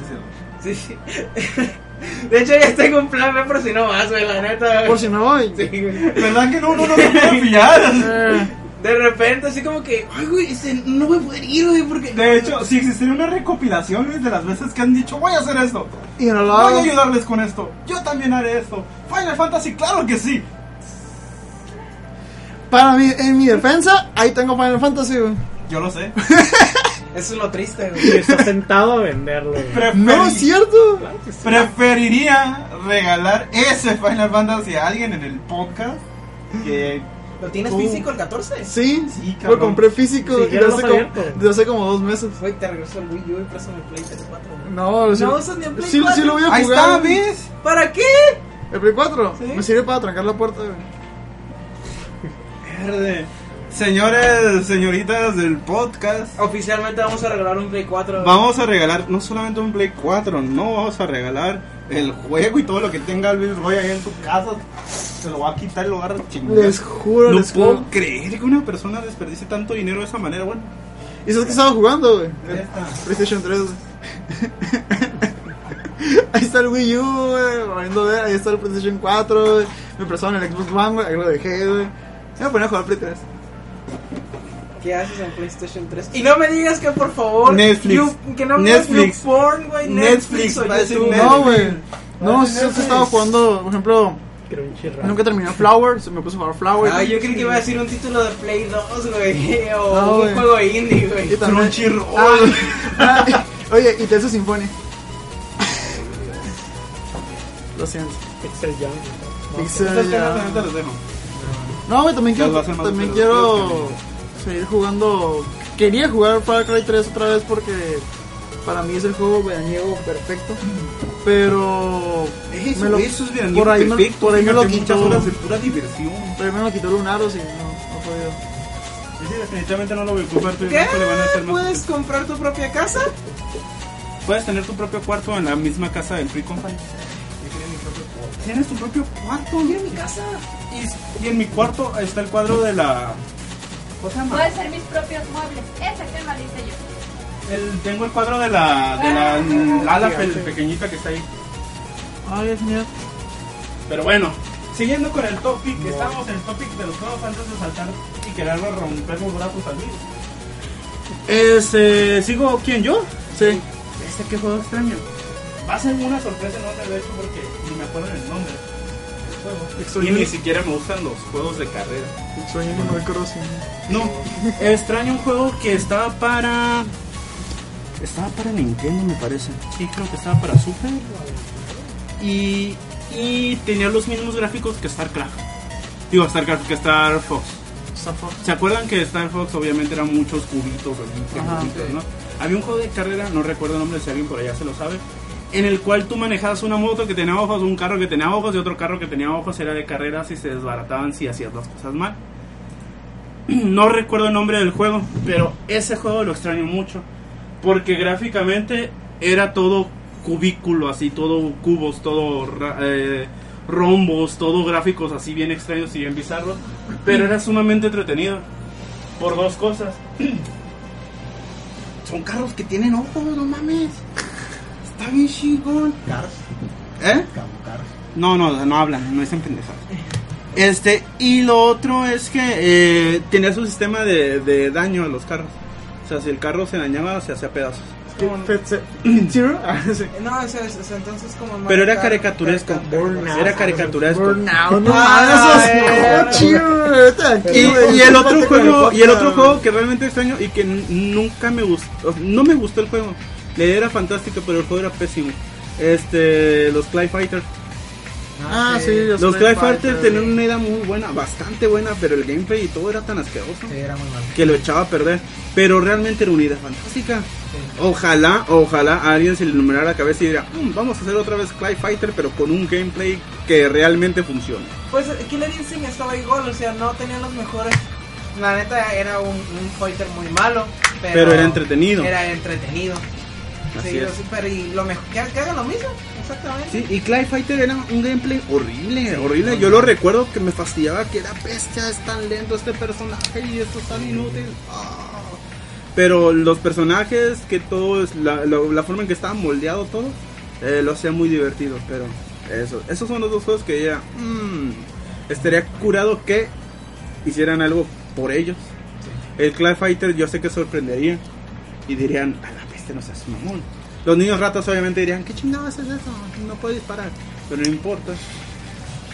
si es cierto. Sí. *laughs* De hecho, ya tengo un plan B por si no vas, güey, la neta. güey. Por si no voy. Sí, güey. ¿Verdad que no? No, no, no, no, pillar. Eh, De repente, así como que, ay, güey, este, no voy a poder ir, güey, porque. De hecho, si existiera una recopilación güey, de las veces que han dicho, voy a hacer esto, y no lo voy a hago. ayudarles con esto, yo también haré esto. Final Fantasy, claro que sí. Para mí, en mi defensa, ahí tengo Final Fantasy, güey. Yo lo sé. Eso es lo triste, Y güey. está sentado a venderlo. güey. Preferi- No es cierto. Preferiría regalar ese Final Fantasy a alguien en el podcast que ¿Lo tienes Tú. físico el 14? Sí, Sí, lo cabrón. compré físico Ni y siquiera lo lo hace, has como, abierto. desde hace como dos meses. Güey, te regreso el Wii U y préstame el Play 4, güey. No, sí, No usas ni el Play sí, 4. sí lo voy a jugar. Ahí está, ¿ves? ¿Para qué? El Play 4 Sí. me sirve para trancar la puerta. güey. Verde. Señores, señoritas del podcast, Oficialmente vamos a regalar un Play 4. güey. vamos a regalar no solamente un Play 4, no vamos a regalar el juego y todo lo que tenga Alvin Roy ahí en su casa. Se lo va a quitar y lo va a chingar. Les juro, No les puedo juro. creer que una persona desperdicie tanto dinero de esa manera. Bueno, ¿Y sabes qué estaba jugando, güey? El esta. PlayStation 3. güey. *laughs* ahí está el Wii U, güey. valiendo ver, ahí está el PlayStation 4. güey. Me prestaron el Xbox One, güey. Ahí lo dejé, güey. Me ponía a jugar Play 3. ¿Qué haces en PlayStation 3? Y no me digas que por favor. Netflix. you- que no Netflix. Netflix. porn, güey. Netflix. Netflix, va a Netflix decir o YouTube. Netflix. No, güey. No, sí, sí estaba jugando, por ejemplo, Crunchy Rap. nunca terminé Flower. Se me puso a jugar Flower. Ah, yo creí que iba a decir un título de Play 2, güey. *laughs* O No, un güey. juego indie, Y güey. también- Crunchyroll. *laughs* Ah, ah, *laughs* oye, y Tetsu Sinfonía. Lo siento. Pixel Jam. ¿no? Pixel Estas ya. caras, la neta, las dejo. No, güey, también Las quiero, va a hacer más también ustedes, quiero ustedes seguir jugando. Quería jugar Far Cry 3 otra vez porque para mí es el juego veraniego perfecto. Pero Eso, me lo- eso es veraniego por ahí me- perfecto, por ahí me fíjate, lo quitó. Muchas horas de pura diversión. pero me lo quitó Lunaros y no, no he podido. Sí, sí, definitivamente no lo voy a ocupar. tu ¿Qué? dinero le van a hacer más. Pues ¿Puedes comprar tu propia casa? Puedes tener tu propio cuarto en la misma casa del Free Company. Tienes tu propio cuarto. Mira mi casa. Y, y en mi cuarto está el cuadro de la. ¿Cómo se llama? Puedo hacer mis propios muebles. Esa crema la hice yo. El- tengo el cuadro de la. de la Lala pe- pequeñita que está ahí. Ay, es mío. Pero bueno, siguiendo con el topic, estamos en el topic de los juegos antes de saltar y quererlo romper los brazos al mismo. Este, ¿sigo quién yo? Sí. Este qué juego extraño. Va a ser una sorpresa enorme de hecho porque ni me acuerdo del nombre. del juego. Extraño. Y ni siquiera me gustan los juegos de carrera. El sueño no me conoce. No, extraño un juego que estaba para. Estaba para Nintendo, me parece. Sí, creo que estaba para Super. Y. Y tenía los mismos gráficos que StarCraft. Digo, StarCraft, que Star Fox. Zafo. ¿Se acuerdan que Star Fox obviamente eran muchos cubitos, así, Ajá. triangulitos, ¿no? Había un juego de carrera, no recuerdo el nombre si alguien por allá se lo sabe, en el cual tú manejabas una moto que tenía ojos, un carro que tenía ojos y otro carro que tenía ojos, era de carreras y se desbarataban si hacías las cosas mal. *clears throat* No recuerdo el nombre del juego, pero ese juego lo extraño mucho, porque gráficamente era todo cubículo, así, todo cubos, todo ra- eh, rombos, todo gráficos así bien extraños y bien bizarros, pero era sumamente entretenido por dos cosas. Son carros que tienen ojos, no mames. Está bien chingón. Cars, ¿Eh? Cars. No, no, no hablan, no dicen pendejadas. Este, y lo otro es que eh, tenía su sistema de, de daño a los carros. O sea, si el carro se dañaba, se hacía pedazos. Fed Zero. *laughs* Ah, *clears throat* sí. No, o sea, es- o sea, entonces como... Pero era marca- caricaturesco. Burnout. Era caricaturesco. Burnout. No, eh, no, "Oh, chido. ahorita aquí, Ah, Y, eh, güey, y el otro comparte con juego, y el otro podcast. juego que realmente extraño y que n- nunca me gustó, no me gustó el juego. La idea era fantástica, pero el juego era pésimo. Este, los Clay Fighter. Ah, sí, Los, Clay Fighter tenían una idea muy buena, bastante buena, pero el gameplay y todo era tan asqueroso Sí, era muy mal. que lo echaba a perder. Pero realmente era una idea fantástica. Sí. Ojalá, ojalá a alguien se le iluminara la cabeza y diría, "Mm, vamos a hacer otra vez Clay Fighter, pero con un gameplay que realmente funcione. Pues Killer Instinct estaba igual, o sea, no tenía los mejores. La neta era un, un fighter muy malo, pero, Pero era entretenido. Era entretenido. Así Sí, es. sí, pero y lo mejor que, que hagan lo mismo, exactamente. Sí, y Clay Fighter era un gameplay horrible, horrible. Yo lo recuerdo que me fastidiaba que era bestia, es tan lento este personaje y esto es tan inútil. Ah. Pero los personajes, que todo es la, la- la forma en que estaba moldeado todo, eh, lo hacía muy divertido. Pero eso, esos son los dos juegos que ya mm, estaría curado que hicieran algo por ellos. El Clay Fighter yo sé que sorprendería y dirían, a la peste no seas mamón. Los niños ratas obviamente dirían, ¿qué chingados es eso? No puedo disparar. Pero no importa.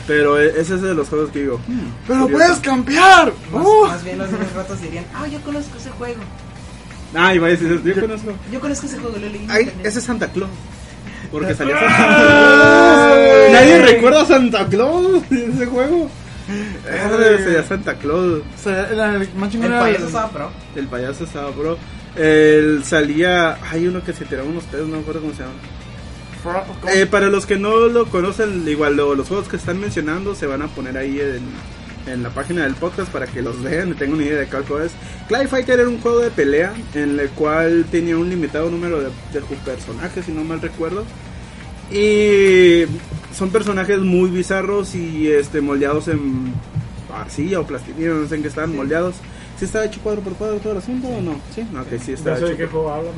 Pero e- ese es de los juegos que digo. "Hmm, Pero curioso". puedes cambiar. Más, Uh. más bien los niños ratos dirían, ah, yo conozco ese juego. Ay, va a decir, yo conozco. Yo conozco ese juego, lo leí. en Ay, internet". ese es Santa Claus. Porque salió Santa Claus. Nadie recuerda a Santa Claus en ese juego. Eh, sería Santa Claus. O sea, era el más chingón El era payaso el- estaba pro. El payaso estaba, bro. El salía. Hay uno que se tiraba unos pedos, no me acuerdo cómo se llama. Eh, para los que no lo conocen, igual lo- los juegos que están mencionando se van a poner ahí en, en la página del podcast para que los vean y tengan una idea de cuál juego es. Clay Fighter era un juego de pelea en el cual tenía un limitado número de, de personajes, si no mal recuerdo. Y son personajes muy bizarros y este moldeados en arcilla o plastilina, no sé en qué estaban moldeados. ¿Sí estaba hecho cuadro por cuadro todo el asunto o no? Sí, no, que Ya sí estaba sé de hecho. qué juego hablan.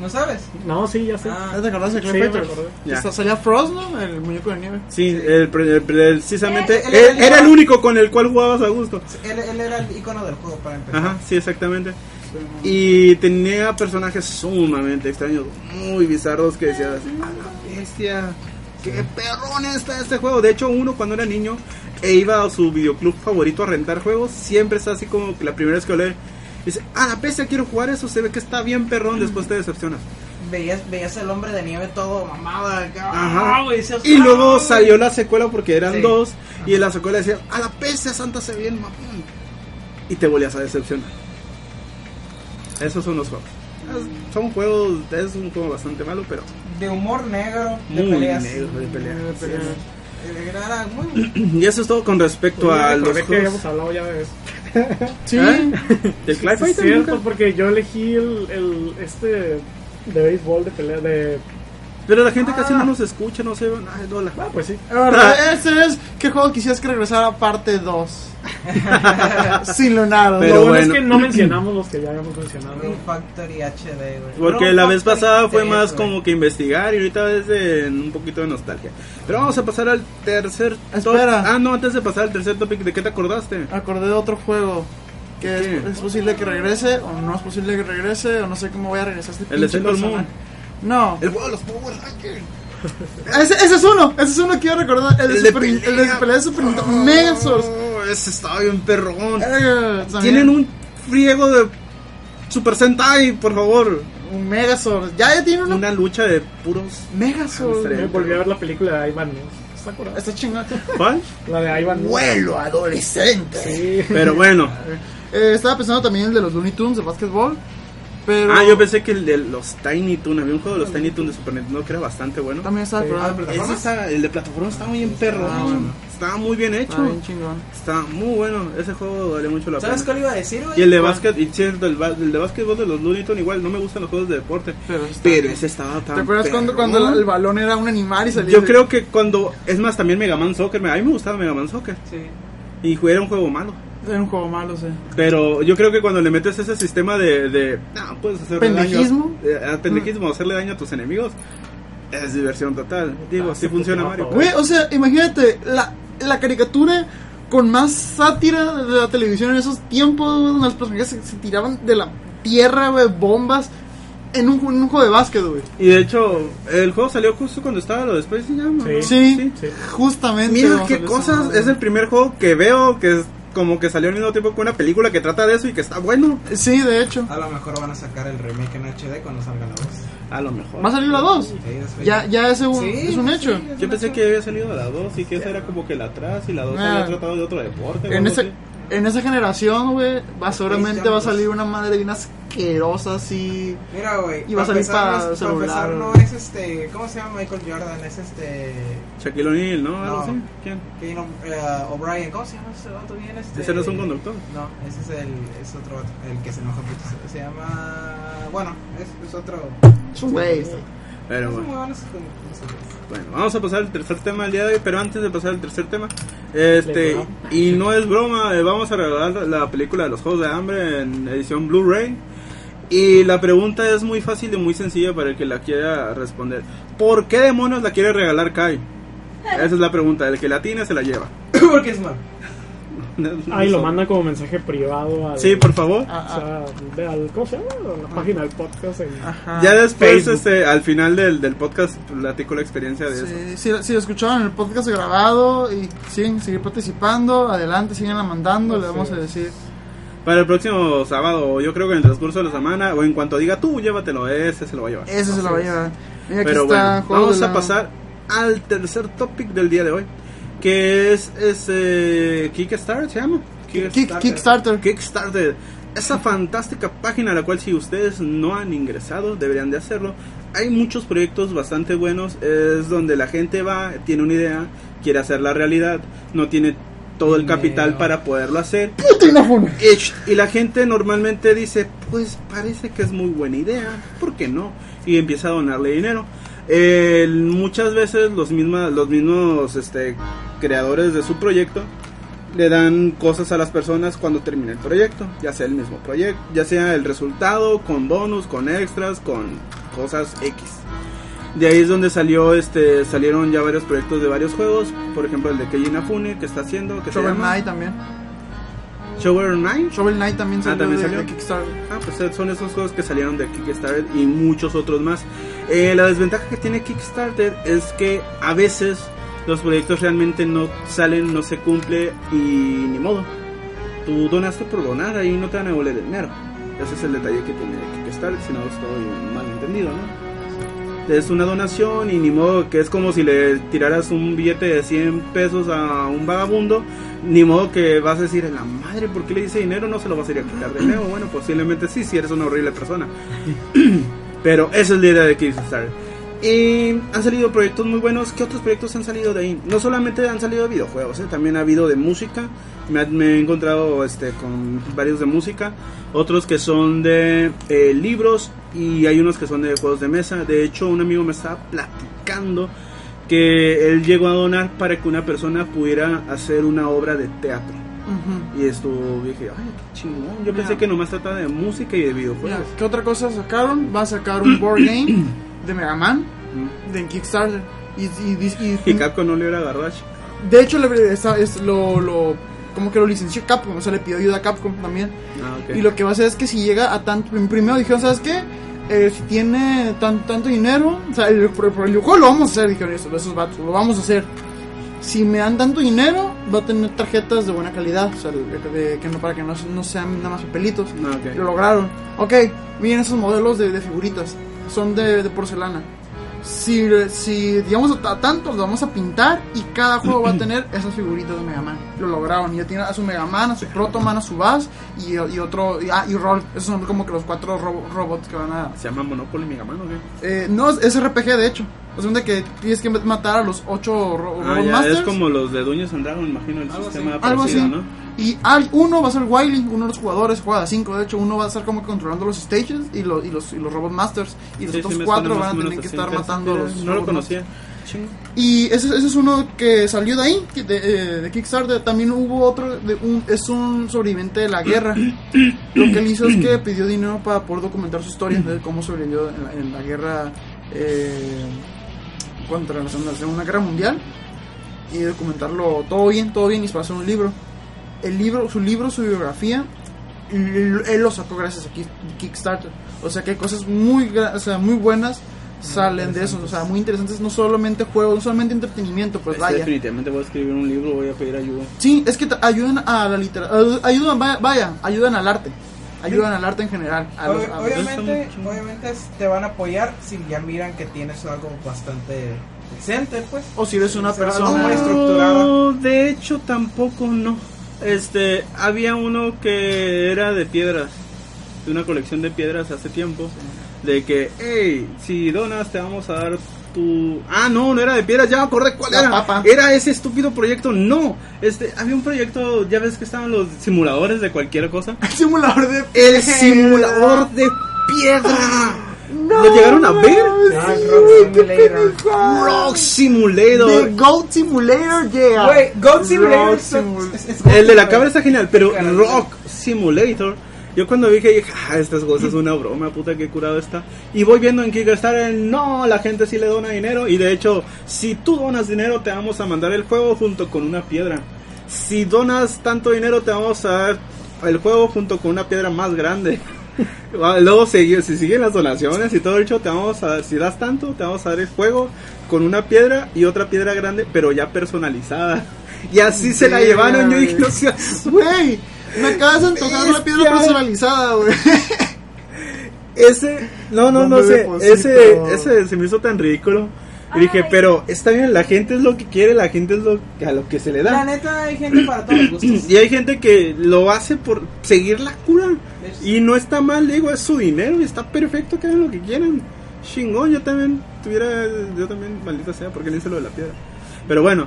¿No sabes? No, sí, ya sé. ¿Ya te acordás de Clay Sí, me Fighters? acordé. Ya. Esta- Salía Frost, ¿no? El muñeco de nieve. Sí, el pre- el- precisamente eh, Era- era el era el único. único con el cual jugabas a gusto. Él, él era el icono del juego para empezar. Ajá, sí, exactamente. Y tenía personajes sumamente extraños, muy bizarros que decías, a la bestia, qué perrón está este juego. De hecho, uno cuando era niño e iba a su videoclub favorito a rentar juegos, siempre está así como que la primera vez que lo lee, dice, a la bestia quiero jugar eso, se ve que está bien perrón, después te decepcionas. Veías, veías el hombre de nieve todo mamado. acá. Ajá. Ah, güey, decías, Y "Ah, luego güey". salió la secuela porque eran Sí. dos, y en la secuela decían, a la bestia santa se ve bien mamón. Y te volvías a decepcionar. Esos son los juegos. Es- son juegos, es un juego bastante malo, pero *clears throat* De humor negro, de muy peleas. negro de pelea. Sí, Era muy... Y eso es todo con respecto a los Recordé que habíamos juegos. hablado ya de eso. Sí. ¿Eh? ¿Del Clay Sí, es Fighter? cierto, nunca? porque yo elegí el, el- este de béisbol de pelea de... Pero la gente casi no nos escucha, no se ve nada. es Lola. Ah, pues sí. *laughs* Ahora, ese es. ¿Qué juego quisieras que regresara parte *laughs* 2? Sin Leonardo. Pero Lo bueno, bueno. es que no mencionamos los que ya habíamos mencionado. Room Factory HD, güey. Porque Room la vez Factory pasada fue tres, más güey. como que investigar y ahorita es de un poquito de nostalgia. Pero vamos a pasar al tercer top- Espera. Ah, no, antes de pasar al tercer topic, ¿de qué te acordaste? Acordé de otro juego. Que ¿Qué? es, es posible que regrese, o no es posible que regrese, o no sé cómo voy a regresar a este El de pinche Sailor personaje. Moon. No, El juego de los Power Rangers. ese, ese es uno, ese es uno que yo recordar, el, de Super- el de pelea de Super Nintendo, Megazords. Oh, ese estaba bien perrón. Eh, también. Tienen un friego de Super Sentai, por favor. un Megazord, ya, ya tiene uno. Una lucha de puros. Megazord. Me volví a ver la película de Ivan ¿no? ¿Está curada? Está chingado. ¿Cuál? La de Ivan Vuelo adolescente. Sí. Pero *laughs* bueno. Eh, estaba pensando también el de los Looney Tunes, el básquetbol. Pero Ah, yo pensé que el de los Tiny Toon. Había un juego de los Tiny Toon de Super Nintendo que era bastante bueno. también estaba Sí. acordado. Ese está- el de plataforma estaba bien perro. Ah, bueno. Estaba muy bien hecho. Está bien chingón. Está muy bueno. Ese juego vale mucho la ¿Sabes pena. cuál iba a decir, güey? Y el de básquet, y cierto, el, ba- el de básquetbol de los Looney Tunes igual, no me gustan los juegos de deporte. Pero está- Pero ese estaba tan ¿Te acuerdas cuando, perrón. cuando el, el balón era un animal y salía? Yo de- creo que cuando, es más, también Mega Man Soccer, me- a mí me gustaba Mega Man Soccer. Sí. Y ju- era un juego malo. Era un juego malo, sí. Pero yo creo que cuando le metes ese sistema de, de no, puedes hacerle ¿Pendejismo? daño. eh, a pendejismo, hacerle daño a tus enemigos. Es diversión total. Digo, Ah, si sí, funciona no, Mario. no. Güey, o sea, imagínate, la, la caricatura con más sátira de la televisión en esos tiempos, güey, donde los personajes se, se tiraban de la tierra, güey, bombas, en un, ju- en un juego de básquet, güey. Y de hecho, el juego salió justo cuando estaba lo de Space Jam. ¿no? Sí. Sí, Sí. justamente. Mira vamos a qué ver cosas, esa es el primer juego que veo que es como que salió al mismo tiempo que una película que trata de eso y que está bueno. madre. Sí, de hecho. A lo mejor van a sacar el remake en HD cuando salga la 2. A lo mejor. ¿Va a salir la 2? Sí, después- Ya, ya es un, Sí, Oh, es un sí, hecho. sí, es Yo un pensé hecho. que había salido la 2 y que esa era como que la atrás y la 2 Ah. había tratado de otro deporte. o En, algo esa así. en esa generación, güey, va, seguramente Space va a Jam salir una madre bien asquerosa así. Mira, güey. Y va a salir empezar, para no es- celular, empezar, güey. no es este. ¿Cómo se llama Michael Jordan? Es este. Shaquille O'Neal, ¿no? Algo No. así. ¿Quién? que no- eh, O'Brien. ¿Cómo se llama ese vato bien? Este, Ese no es un conductor. No, ese es el. Es otro vato, El que se enoja mucho. Se llama. Bueno, es, es otro. Es un güey. Pero es un bueno. huevón, es un- es un- Bueno, vamos a pasar al tercer tema del día de hoy, pero antes de pasar al tercer tema, este, y no es broma, eh, vamos a regalar la película de los Juegos de Hambre en edición Blu-ray. Y la pregunta es muy fácil y muy sencilla para el que la quiera responder. ¿Por qué demonios la quiere regalar Kai? Esa es la pregunta, el que la tiene se la lleva. *coughs* Porque es malo. Ahí *laughs* lo manda como mensaje privado al, Sí, por favor. o sea, de al- ¿cómo se llama? A la página del podcast. en- Ya después, Facebook. este, al final del, del podcast, platico la experiencia de eso. Sí, si, si lo escucharon en el podcast grabado y siguen seguir participando, adelante, sigan mandando, le vamos a decir. Para el próximo sábado, yo creo que en el transcurso de la semana, o en cuanto diga tú, llévatelo, ese se lo va a llevar. Ese se lo va a llevar. Mira, aquí Pero está. bueno, juegos vamos de a la- pasar al tercer topic del día de hoy, que es ese Kickstarter, ¿se llama? Kick- Kickstarter. Kickstarter. Esa fantástica página a la cual si ustedes no han ingresado, deberían de hacerlo. Hay muchos proyectos bastante buenos, es donde la gente va, tiene una idea, quiere hacerla realidad, no tiene todo el capital Dinero. para poderlo hacer. Kickstarter. Y- Y la gente normalmente dice, pues parece que es muy buena idea, ¿por qué no? Y empieza a donarle dinero. Eh, muchas veces los, misma- los mismos este, creadores de su proyecto le dan cosas a las personas cuando termina el proyecto, ya sea el mismo proyecto, ya sea el resultado, con bonus, con extras, con cosas X. De ahí es donde salió este salieron ya varios proyectos de varios juegos, por ejemplo el de Keiji Inafune que está haciendo, que se Shovel llama Knight también. Shovel Knight. Shovel Knight también salió, Ah, también de- salió. de Kickstarter. Ah, pues son esos juegos que salieron de Kickstarter y muchos otros más. Eh, la desventaja que tiene Kickstarter es que a veces los proyectos realmente no salen, no se cumple y ni modo. Tú donaste por donar, ahí no te van a devolver el dinero. Ese es el detalle que tiene Kickstarter, si no estoy mal entendido, ¿no? Es una donación y ni modo que es como si le tiraras un billete de 100 pesos a un vagabundo ni modo que vas a decir, la madre, ¿por qué le dice dinero? No se lo vas a ir a quitar de nuevo. Bueno, posiblemente sí, si eres una horrible persona. *clears throat* Pero esa es la idea de Kickstarter. Y han salido proyectos muy buenos. ¿Qué otros proyectos han salido de ahí? No solamente han salido de videojuegos, ¿eh? también ha habido de música. Me, ha- me he encontrado este, con varios de música. Otros que son de eh, libros y hay unos que son de juegos de mesa. De hecho, un amigo me estaba platicando que él llegó a donar para que una persona pudiera hacer una obra de teatro. Ujú. Y esto dije, ay, qué chingón. Yo pensé que nomás trataba de música y de Mira, videojuegos. ¿Qué otra cosa sacaron? Va a sacar un board game de Mega Man Mm. de Kickstarter. Y, y, y- y- Y Capcom no le hubiera agarrado. de hecho, le- esa- es lo, lo- como que lo licenció Capcom, o sea, le pidió ayuda a Capcom también. Ah, ok. Y lo que va a hacer es que si llega a tanto. Primero dijeron, ¿sabes qué? Eh, si tiene tan, tanto dinero, o sea, el, por, por el juego lo vamos a hacer, dijeron eso, esos vatos, lo vamos a hacer. Si me dan tanto dinero, va a tener tarjetas de buena calidad, o sea, de- de- que no, para que no, no sean nada más papelitos. Ah, Lo ok. lograron. Ok, miren esos modelos de, de figuritas. Son de, de porcelana. Si, si digamos a, a tanto, los vamos a pintar y cada juego va a *clears throat* tener esas figuritas de Mega Man. Lo lograron. Y ya tiene a su Mega Man, a su Proto Man, a su Bass y, y otro. Y, ah, y Roll. Esos son como que los cuatro robo- robots que van a. Se llama Monopoly Mega Man, ¿o qué? Eh, no, es RPG de hecho. O sea, de que tienes que matar a los ocho ro- Ah, Robot ya, Masters. es como los de Dueños and Dragons, imagino, el Algo sistema Algo así. parecido, ¿no? Y hay, uno va a ser Wily, uno de los jugadores, juega de 5. De hecho, uno va a estar como controlando los stages y los, y los, y los Robot Masters. Y los Sí, otros sí, me cuatro suena más van o a menos tener que así. estar Interesante, matando a los. No lo Robot Masters. conocía. Chingo. Y ese, ese es uno que salió de ahí, que de, eh, de Kickstarter. También hubo otro, de un, es un sobreviviente de la guerra. Lo que él hizo es que pidió dinero para poder documentar su historia de cómo sobrevivió en la, en la guerra eh, contra la Segunda- Segunda Guerra Mundial. y documentarlo todo bien, todo bien y se va a hacer un libro. El libro, su libro, su biografía, él, él lo sacó gracias a Kick- Kickstarter. O sea que hay cosas muy, gra- o sea, muy buenas salen de eso, o sea, muy interesantes, no solamente juegos, no solamente entretenimiento, pues Este, vaya. definitivamente voy a escribir un libro, voy a pedir ayuda. Sí, es que t- ayudan a la literatura, ayudan, vaya, vaya, ayudan al arte, ayudan al arte en general. a los- a- obviamente, obviamente es- te van a apoyar si ya miran que tienes algo bastante decente, pues. o si eres una Se va algo muy persona... estructurada. No, de hecho tampoco no. Este, había uno que era de piedras, de una colección de piedras hace tiempo, de que, hey, si donas te vamos a dar tu... Ah, no, no era de piedras, ya me acordé cuál La era. papa. Era ese estúpido proyecto, no. Este, había un proyecto, ya ves que estaban los simuladores de cualquier cosa. Simulador de... El simulador *laughs* de piedra. ¿Lo llegaron a ver? Ah, Rock Simulator. Rock Simulator. The Goat Simulator, yeah. Güey, Goat Simulator. Rock es- Simulator. es- es- El de la cabra está genial, pero Cara, Rock Simulator. Yo cuando dije, dije, ah, estas cosas es una broma, puta, qué curado está. Y voy viendo en Kickstarter, el, no, la gente sí le dona dinero. Y de hecho, si tú donas dinero, te vamos a mandar el juego junto con una piedra. Si donas tanto dinero, te vamos a dar el juego junto con una piedra más grande. Ah, Luego, si, si siguen las donaciones y todo el show, te vamos a si das tanto, te vamos a dar el juego con una piedra y otra piedra grande, pero ya personalizada. *laughs* Y así se la Verga, llevaron. Yo dije, güey. no seas- Güey, me acabas de tocar la piedra Bestia. personalizada, güey. Ese, no, no, no ¿Dónde sé. deposito? Ese, ese se me hizo tan ridículo. Y dije, Ay. pero está bien, la gente es lo que quiere, la gente es lo a lo que se le La da. neta, hay gente para todos los *coughs* gustos. *clears throat* Y hay gente que lo hace por seguir la cura. ¿Ves? Y no está mal, digo, es su dinero y está perfecto que hagan lo que quieran. Chingón, yo también tuviera, yo también, maldita sea, porque le hice lo de la piedra. Pero bueno,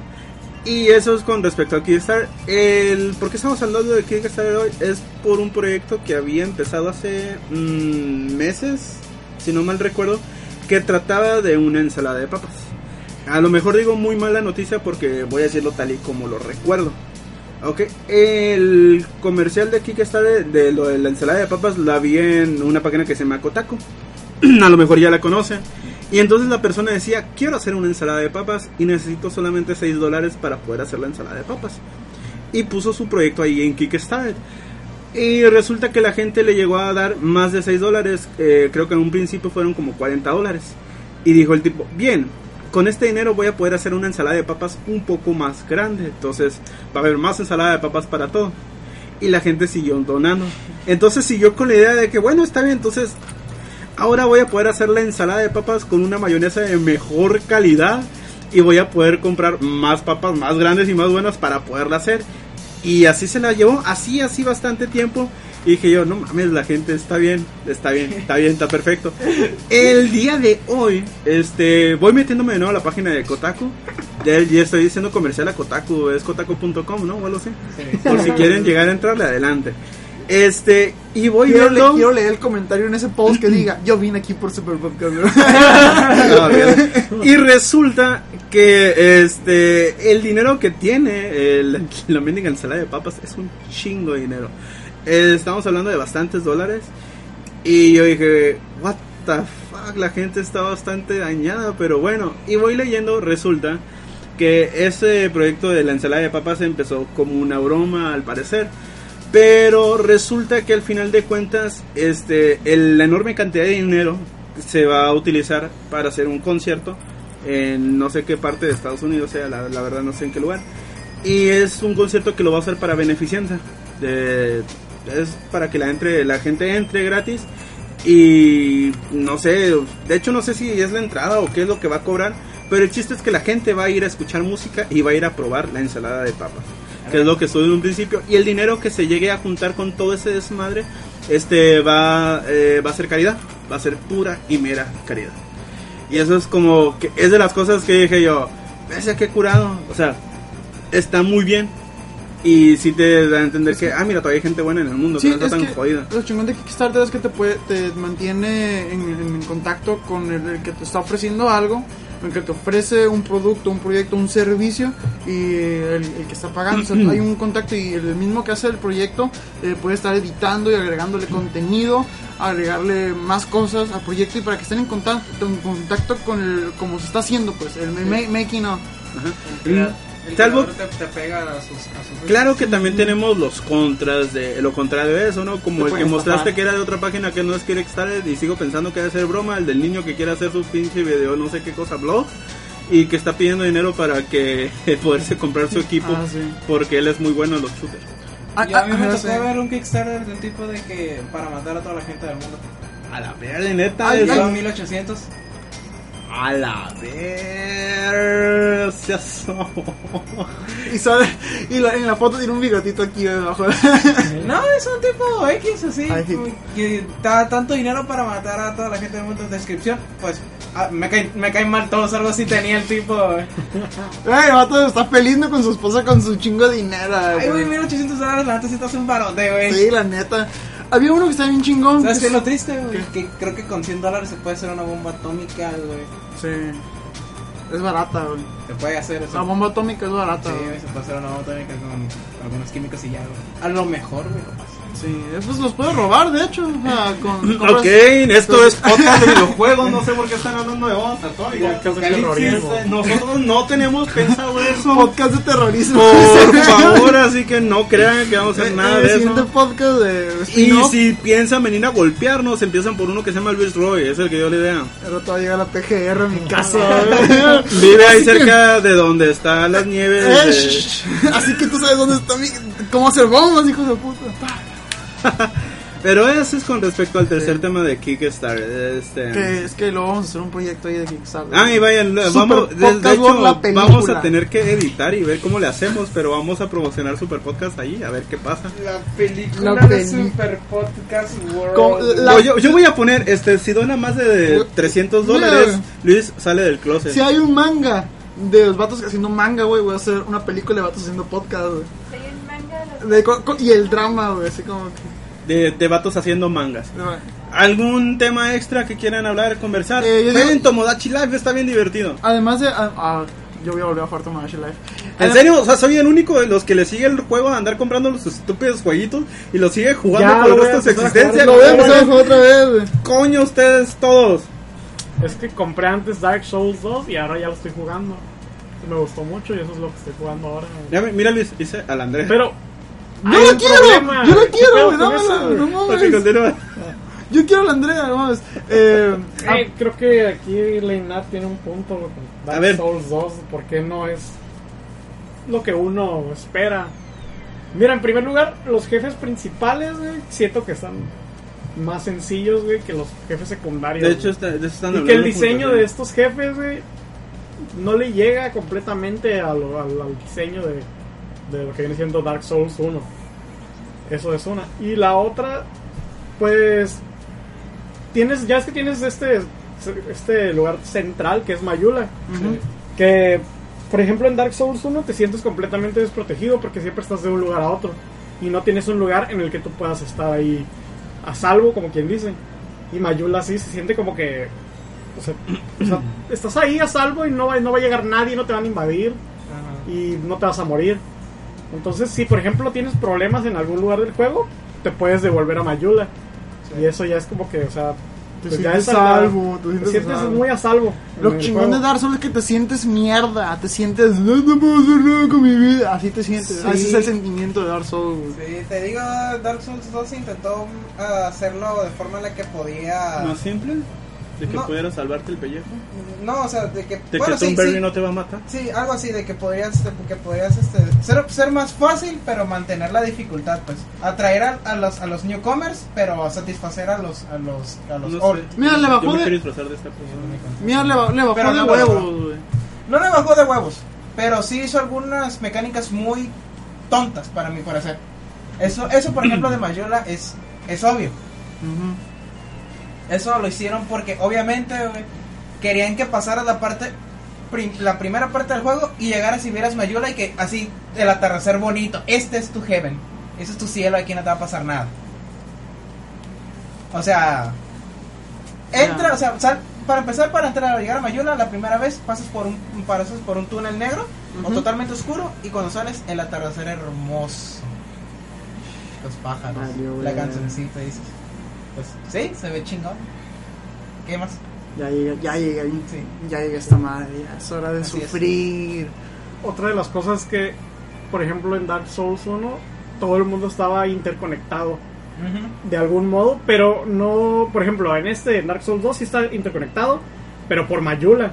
y eso es con respecto a Kickstarter. El, ¿Por qué estamos hablando de Kickstarter hoy? Es por un proyecto que había empezado hace mm, meses, si no mal recuerdo, que trataba de una ensalada de papas. A lo mejor digo muy mala noticia porque voy a decirlo tal y como lo recuerdo. Ok, el comercial de aquí que está de, de lo de la ensalada de papas la vi en una página que se llama Kotaku. *clears throat* A lo mejor ya la conocen. Y entonces la persona decía, quiero hacer una ensalada de papas y necesito solamente 6 dólares para poder hacer la ensalada de papas. Y puso su proyecto ahí en Kickstarter. Y resulta que la gente le llegó a dar más de 6 dólares. eh, creo que en un principio fueron como 40 dólares. Y dijo el tipo, bien, con este dinero voy a poder hacer una ensalada de papas un poco más grande. Entonces va a haber más ensalada de papas para todo. Y la gente siguió donando. Entonces siguió con la idea de que, bueno, está bien, entonces ahora voy a poder hacer la ensalada de papas con una mayonesa de mejor calidad. Y voy a poder comprar más papas más grandes y más buenas para poderla hacer. Y así se la llevó, así, así bastante tiempo. Y dije yo, no mames, la gente está bien, está bien, está bien, está perfecto. El día de hoy, este, voy metiéndome de nuevo a la página de Kotaku. Ya, ya estoy diciendo comercial a Kotaku, es kotaku.com, ¿no? O lo sé. Por si quieren llegar a entrarle, adelante. Este, y voy Quiero, le- viendo... quiero leer el comentario en ese post *clears throat* que diga, yo vine aquí por Super Pop Camero". A ver. y resulta que este el dinero que tiene el, la mendiga ensalada de papas es un chingo de dinero. Eh, estamos hablando de bastantes dólares. Y yo dije, what the fuck, la gente está bastante dañada, pero bueno. Y voy leyendo, resulta que ese proyecto de la ensalada de papas empezó como una broma al parecer. Pero resulta que al final de cuentas, este, el- la enorme cantidad de dinero se va a utilizar para hacer un concierto en no sé qué parte de Estados Unidos, o sea, la, la verdad no sé en qué lugar. Y es un concierto que lo va a hacer para beneficencia. de- es para que la, entre, la gente entre gratis. Y no sé, de hecho no sé si es la entrada o qué es lo que va a cobrar. Pero el chiste es que la gente va a ir a escuchar música y va a ir a probar la ensalada de papas que es lo que estuve en un principio, y el dinero que se llegue a juntar con todo ese desmadre, este va, eh, va a ser caridad, va a ser pura y mera caridad. Y eso es como que es de las cosas que dije yo, pese que curado, o sea, está muy bien. Y si te da a entender que, ah, mira, todavía hay gente buena en el mundo, Sí, que es no está tan que jodida. lo chingón de Kickstarter es que te puede, te mantiene en, en contacto con el, el que te está ofreciendo algo, el que te ofrece un producto, un proyecto, un servicio y el, el que está pagando. O sea, hay un contacto y el mismo que hace el proyecto eh, puede estar editando y agregándole contenido, agregarle más cosas al proyecto y para que estén en contacto, en contacto con el, como se está haciendo, pues, el ma- making of. Ajá. Crea- El Salvo- calor te, te pega a sus... A sus Claro que también tenemos los contras de lo contrario de eso, ¿no? Te Como el que puedes mostraste tapar. que era de otra página que no es Kickstarter y sigo pensando que debe ser broma, el del niño que quiere hacer su pinche video, no sé qué cosa, blog, y que está pidiendo dinero para que *laughs* poderse comprar su equipo Ah, sí. porque él es muy bueno en los shooters. Ah, Yo a mí ah, *laughs* me ah, tocó sí. ver un Kickstarter de un tipo de que para matar a toda la gente del mundo. A la verga, neta, Ay, eso- Son 1800. A la verga, se asó. Y sale, y la- en la foto tiene un bigotito aquí debajo. *laughs* No, es un tipo X así. Ay. Que da tanto dinero para matar a toda la gente del mundo en descripción. Pues ah, me, caen, me caen mal todos, algo así tenía el tipo. Ay, el vato está feliz ¿no? con su esposa con su chingo de dinero. Ay, güey. güey, 1800 dólares, la neta sí te hace un barote, güey. Sí, la neta. Había uno que estaba bien chingón. ¿Sabes qué que es lo triste, güey? Que creo que con 100 dólares se puede hacer una bomba atómica, güey. Sí. Es barata, güey. Se puede hacer La eso. bomba atómica es barata, Sí, güey. güey, se puede hacer una bomba atómica con algunos químicos y ya, güey. A lo mejor, güey, lo pasa. Sí, pues los puedes robar, de hecho. O sea, con, compras- Ok, esto es Podcast de videojuegos, no sé por qué están hablando de bombas atómicas. Podcast de Apocalipsis, terrorismo. eh, Nosotros no tenemos pensado *laughs* eso. podcast de terrorismo. por favor, así que no crean que vamos a hacer Eh, nada el de siguiente eso. podcast de Y spin-off, si piensan venir a golpearnos, empiezan por uno que se llama Luis Roy, es el que yo le idea. el rato va a llegar la PGR a mi casa. Eh, güey. Vive ahí cerca de donde están las nieves. *laughs* Eh, de- shh, Así que tú sabes dónde está mi. ¿Cómo hacer bombas, hijos de puta? Pero eso es con respecto al tercer tema de Kickstarter. Este... Que es que luego vamos a hacer un proyecto ahí de Kickstarter. Ay, Ah, vaya, Super vamos, de- de, podcast hecho, la película. vamos a tener que editar y ver cómo le hacemos, pero vamos a promocionar Super Podcast ahí, a ver qué pasa. La película La de peli- Super Podcast World. Con- la- O yo, yo voy a poner, este, si dona más de 300 dólares, Luis sale del closet. Si hay un manga de los vatos haciendo manga, güey, voy a hacer una película de vatos haciendo podcast, güey. Soy un manga de los De co- co- y el drama, güey, así como que. De, de vatos haciendo mangas. ¿Algún tema extra que quieran hablar, conversar? Eh, yo Ven, digo- Tomodachi Live, está bien divertido. Además de. ah, ah, yo voy a volver a jugar Tomodachi Life. ¿En serio? O sea, soy el único de los que le sigue el juego a andar comprando los estúpidos jueguitos y los sigue jugando Ya, por el lo voy a resto de su empezar a existencia. Lo voy a empezar a jugar otra vez, güey. Coño, ustedes todos. Es que compré antes Dark Souls 2 y ahora ya lo estoy jugando. Me gustó mucho y eso es lo que estoy jugando ahora. Mira, mira, Luis, dice al Andrés. Pero. ¡Yo hay lo un quiero! problema. ¡Yo lo ¿Qué quiero, pedo güey! con dámelo, eso? ¡No Ok, mames! continúa. Yo quiero a la Andrea, vamos. Eh, *laughs* Eh, creo que aquí Leinat tiene un punto con Dark A ver. Souls 2, porque no es lo que uno espera. Mira, en primer lugar, los jefes principales, güey, siento que están más sencillos, güey, que los jefes secundarios. De güey. hecho, está- de hecho están y que el hablando diseño juntos, de ¿eh? estos jefes, güey, no le llega completamente a lo- al, al diseño de, de lo que viene siendo Dark Souls 1. Eso es una. Y la otra, pues, tienes, ya es que tienes este, este lugar central que es Mayula. Que, por ejemplo, en Dark Souls 1 te sientes completamente desprotegido porque siempre estás de un lugar a otro. Y no tienes un lugar en el que tú puedas estar ahí a salvo, como quien dice. Y Mayula sí se siente como que. O sea, *clears throat* o sea, estás ahí a salvo y no va, no va a llegar nadie, no te van a invadir y Ah, no te vas a morir. Entonces, si por ejemplo tienes problemas en algún lugar del juego, te puedes devolver a Mayula. Y eso ya es como que, o sea, Te pues ya sientes es a- salvo, te Te sientes sientes salvo. muy a salvo. en Lo el chingón de juego. Dark Souls es que te sientes mierda, te sientes, no, no puedo hacer nada con mi vida. Así te sientes, Sí. ese es el sentimiento de Dark Souls. güey. Sí, te digo, Dark Souls 2 intentó ah, hacerlo de forma en la que podía. ¿Más simple? ¿De que Ah. No. pudiera salvarte el pellejo? No, o sea, de que. ¿De bueno, que Tom sí, Berry sí, no te va a matar? sí, algo así, de que podías, de que podías este, ser, ser más fácil, pero mantener la dificultad, pues. Atraer a, a los, a los newcomers, pero satisfacer a los, a los, a los No sé. old. Mira, le Yo bajó me quiero de, disfrazar de esta persona. mira, le ba- le bajó Pero de no, no, huevos, güey. No le bajó de huevos, pero sí hizo algunas mecánicas muy tontas para mi parecer. Eso, eso por ejemplo, de Mayola es, es obvio. Eso lo hicieron porque obviamente güey, querían que pasara la parte prim- la primera parte del juego y llegaras y vieras Mayula y que así el atardecer bonito. Este es tu heaven. Ese es tu cielo, aquí no te va a pasar nada. O sea, entra, Ya. o sea, sal- para empezar para entrar a llegar a Mayula la primera vez pasas por un pasas por un túnel negro o Ujú. totalmente oscuro y cuando sales el atardecer hermoso. Los pájaros, Valió, la güey. cancioncita dices. Pues sí, se ve chingón. ¿Qué más? Ya llegué, ya llegué, Sí. ya llegué a esta madre, ya es hora de Así es. sufrir. otra de las cosas que, por ejemplo, en Dark Souls 1, todo el mundo estaba interconectado de algún modo, pero no, por ejemplo, en este en Dark Souls 2 sí está interconectado, pero por Mayula.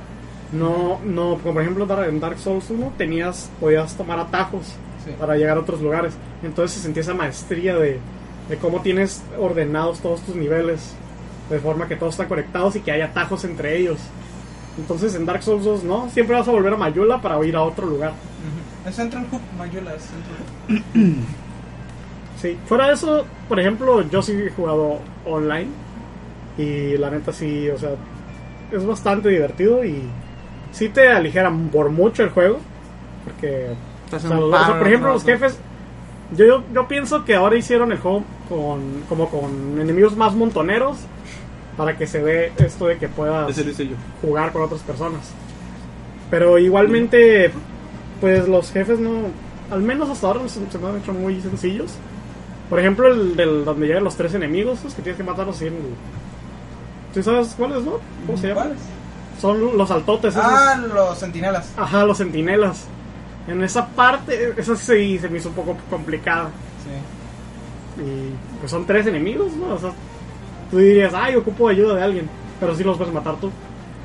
No, no, como por ejemplo Dar- en Dark Souls 1 tenías, podías tomar atajos Sí. para llegar a otros lugares. Entonces se sentía esa maestría de, de cómo tienes ordenados todos tus niveles, de forma que todos están conectados y que hay atajos entre ellos. Entonces en Dark Souls 2 no, siempre vas a volver a Mayula para ir a otro lugar. Es Central Hook, Mayula, es Central Hook. Sí, fuera de eso, por ejemplo, yo sí he jugado online y la neta sí, o sea, es bastante divertido y sí te aligera por mucho el juego, porque, o sea, o sea, por ejemplo, los jefes, yo, yo, yo pienso que ahora hicieron el juego con, como con enemigos más montoneros para que se dé esto de que puedas Ese lo hice yo. jugar con otras personas. Pero igualmente, pues los jefes no, al menos hasta ahora se, se me han hecho muy sencillos. Por ejemplo, el del donde llegan los tres enemigos, los que tienes que matarlos en... ¿Tú sabes cuáles, no? ¿Cómo se llaman? ¿Cuáles? Son los saltotes. esos. Ah, los sentinelas. Ajá, los sentinelas. En esa parte, esa sí se me hizo un poco complicada. Sí. Y pues son tres enemigos, ¿no? O sea, tú dirías, ay, ocupo ayuda de alguien. Pero sí los puedes matar tú.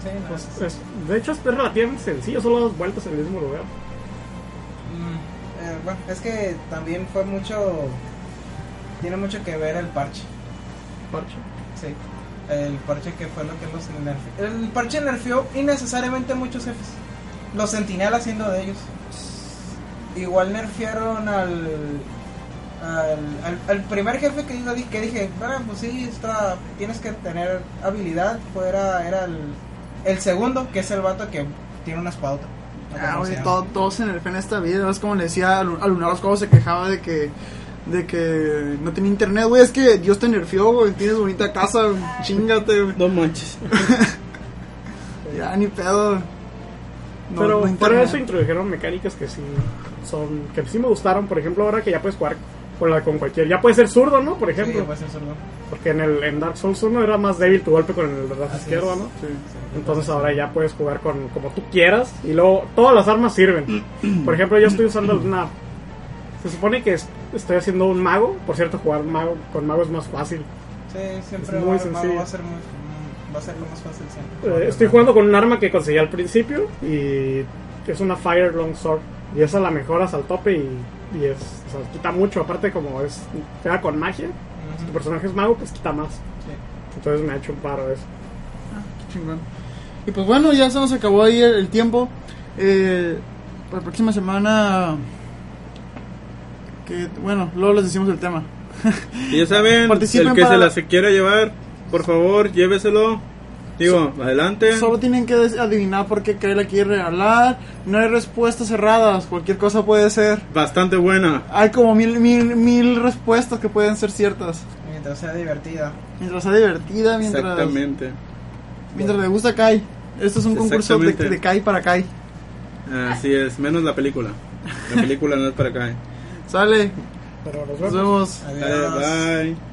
Sí, no, Pues, es- es- de hecho, es relativamente sencillo, solo dos vueltas en el mismo lugar. Mm, eh, bueno, es que también fue mucho. Tiene mucho que ver el parche. Parche. Sí. El parche que fue lo que los nerfeó. El parche nerfeó innecesariamente muchos jefes. Los sentinelas siendo de ellos. Igual nerfearon al. Al, al- al primer jefe que, yo di- que dije, ah, pues sí, está, tienes que tener habilidad. Fuera, era el, el segundo, que es el vato que tiene una espadota. No sé Ah, cómo se güey, llama. todo, todo se nerfea en esta vida. Es como le decía a Lu- a Lunar Oscuro, se quejaba de que de que no tenía internet, güey. Es que Dios te nerfeó, güey. Tienes bonita casa, güey, chingate, güey. No manches. Ya, ni pedo. güey. No, Pero no por internet. eso introdujeron mecánicas que sí son que sí me gustaron. Por ejemplo, ahora que ya puedes jugar con, la, con cualquier. Ya puedes ser zurdo, ¿no? Por Sí, ejemplo. puede ser solo. Porque en, el, en Dark Souls 1 era más débil tu golpe con el brazo Así izquierdo, es. ¿no? Entonces ahora ya puedes jugar con como tú quieras y luego todas las armas sirven. Por ejemplo, yo estoy usando una... Se supone que es- estoy haciendo un mago. Por cierto, jugar mago, con mago es más fácil. Sí, siempre Es va, muy va- sencillo. va a ser muy- va a ser lo más fácil siempre. Eh, estoy jugando con un arma que conseguí al principio y es una Fire Long Sword. Y esa la mejoras al tope y, y es, o sea, quita mucho. Aparte, como es pega con magia, si tu Ujú. personaje es mago, pues quita más. Entonces me ha hecho un paro eso. Chingón. Y pues bueno, ya se nos acabó ahí el, el tiempo. Eh, para la próxima semana. Que, bueno, luego les decimos el tema. Y ya saben, Participen el que para se la- la se quiera llevar, por favor, lléveselo. Digo, adelante. Solo tienen que des- adivinar por qué Kyle la quiere regalar. No hay respuestas cerradas, cualquier cosa puede ser. Bastante buena. Hay como mil, mil, mil respuestas que pueden ser ciertas. Mientras sea divertida. Mientras sea divertida, mientras, Exactamente. mientras le gusta a Kai. Esto es un concurso de, Exactamente. de Kai para Kai. Así es, menos la película. La película no es para acá. ¿eh? Sale, Pero nos nos vemos. vemos. Dale, bye.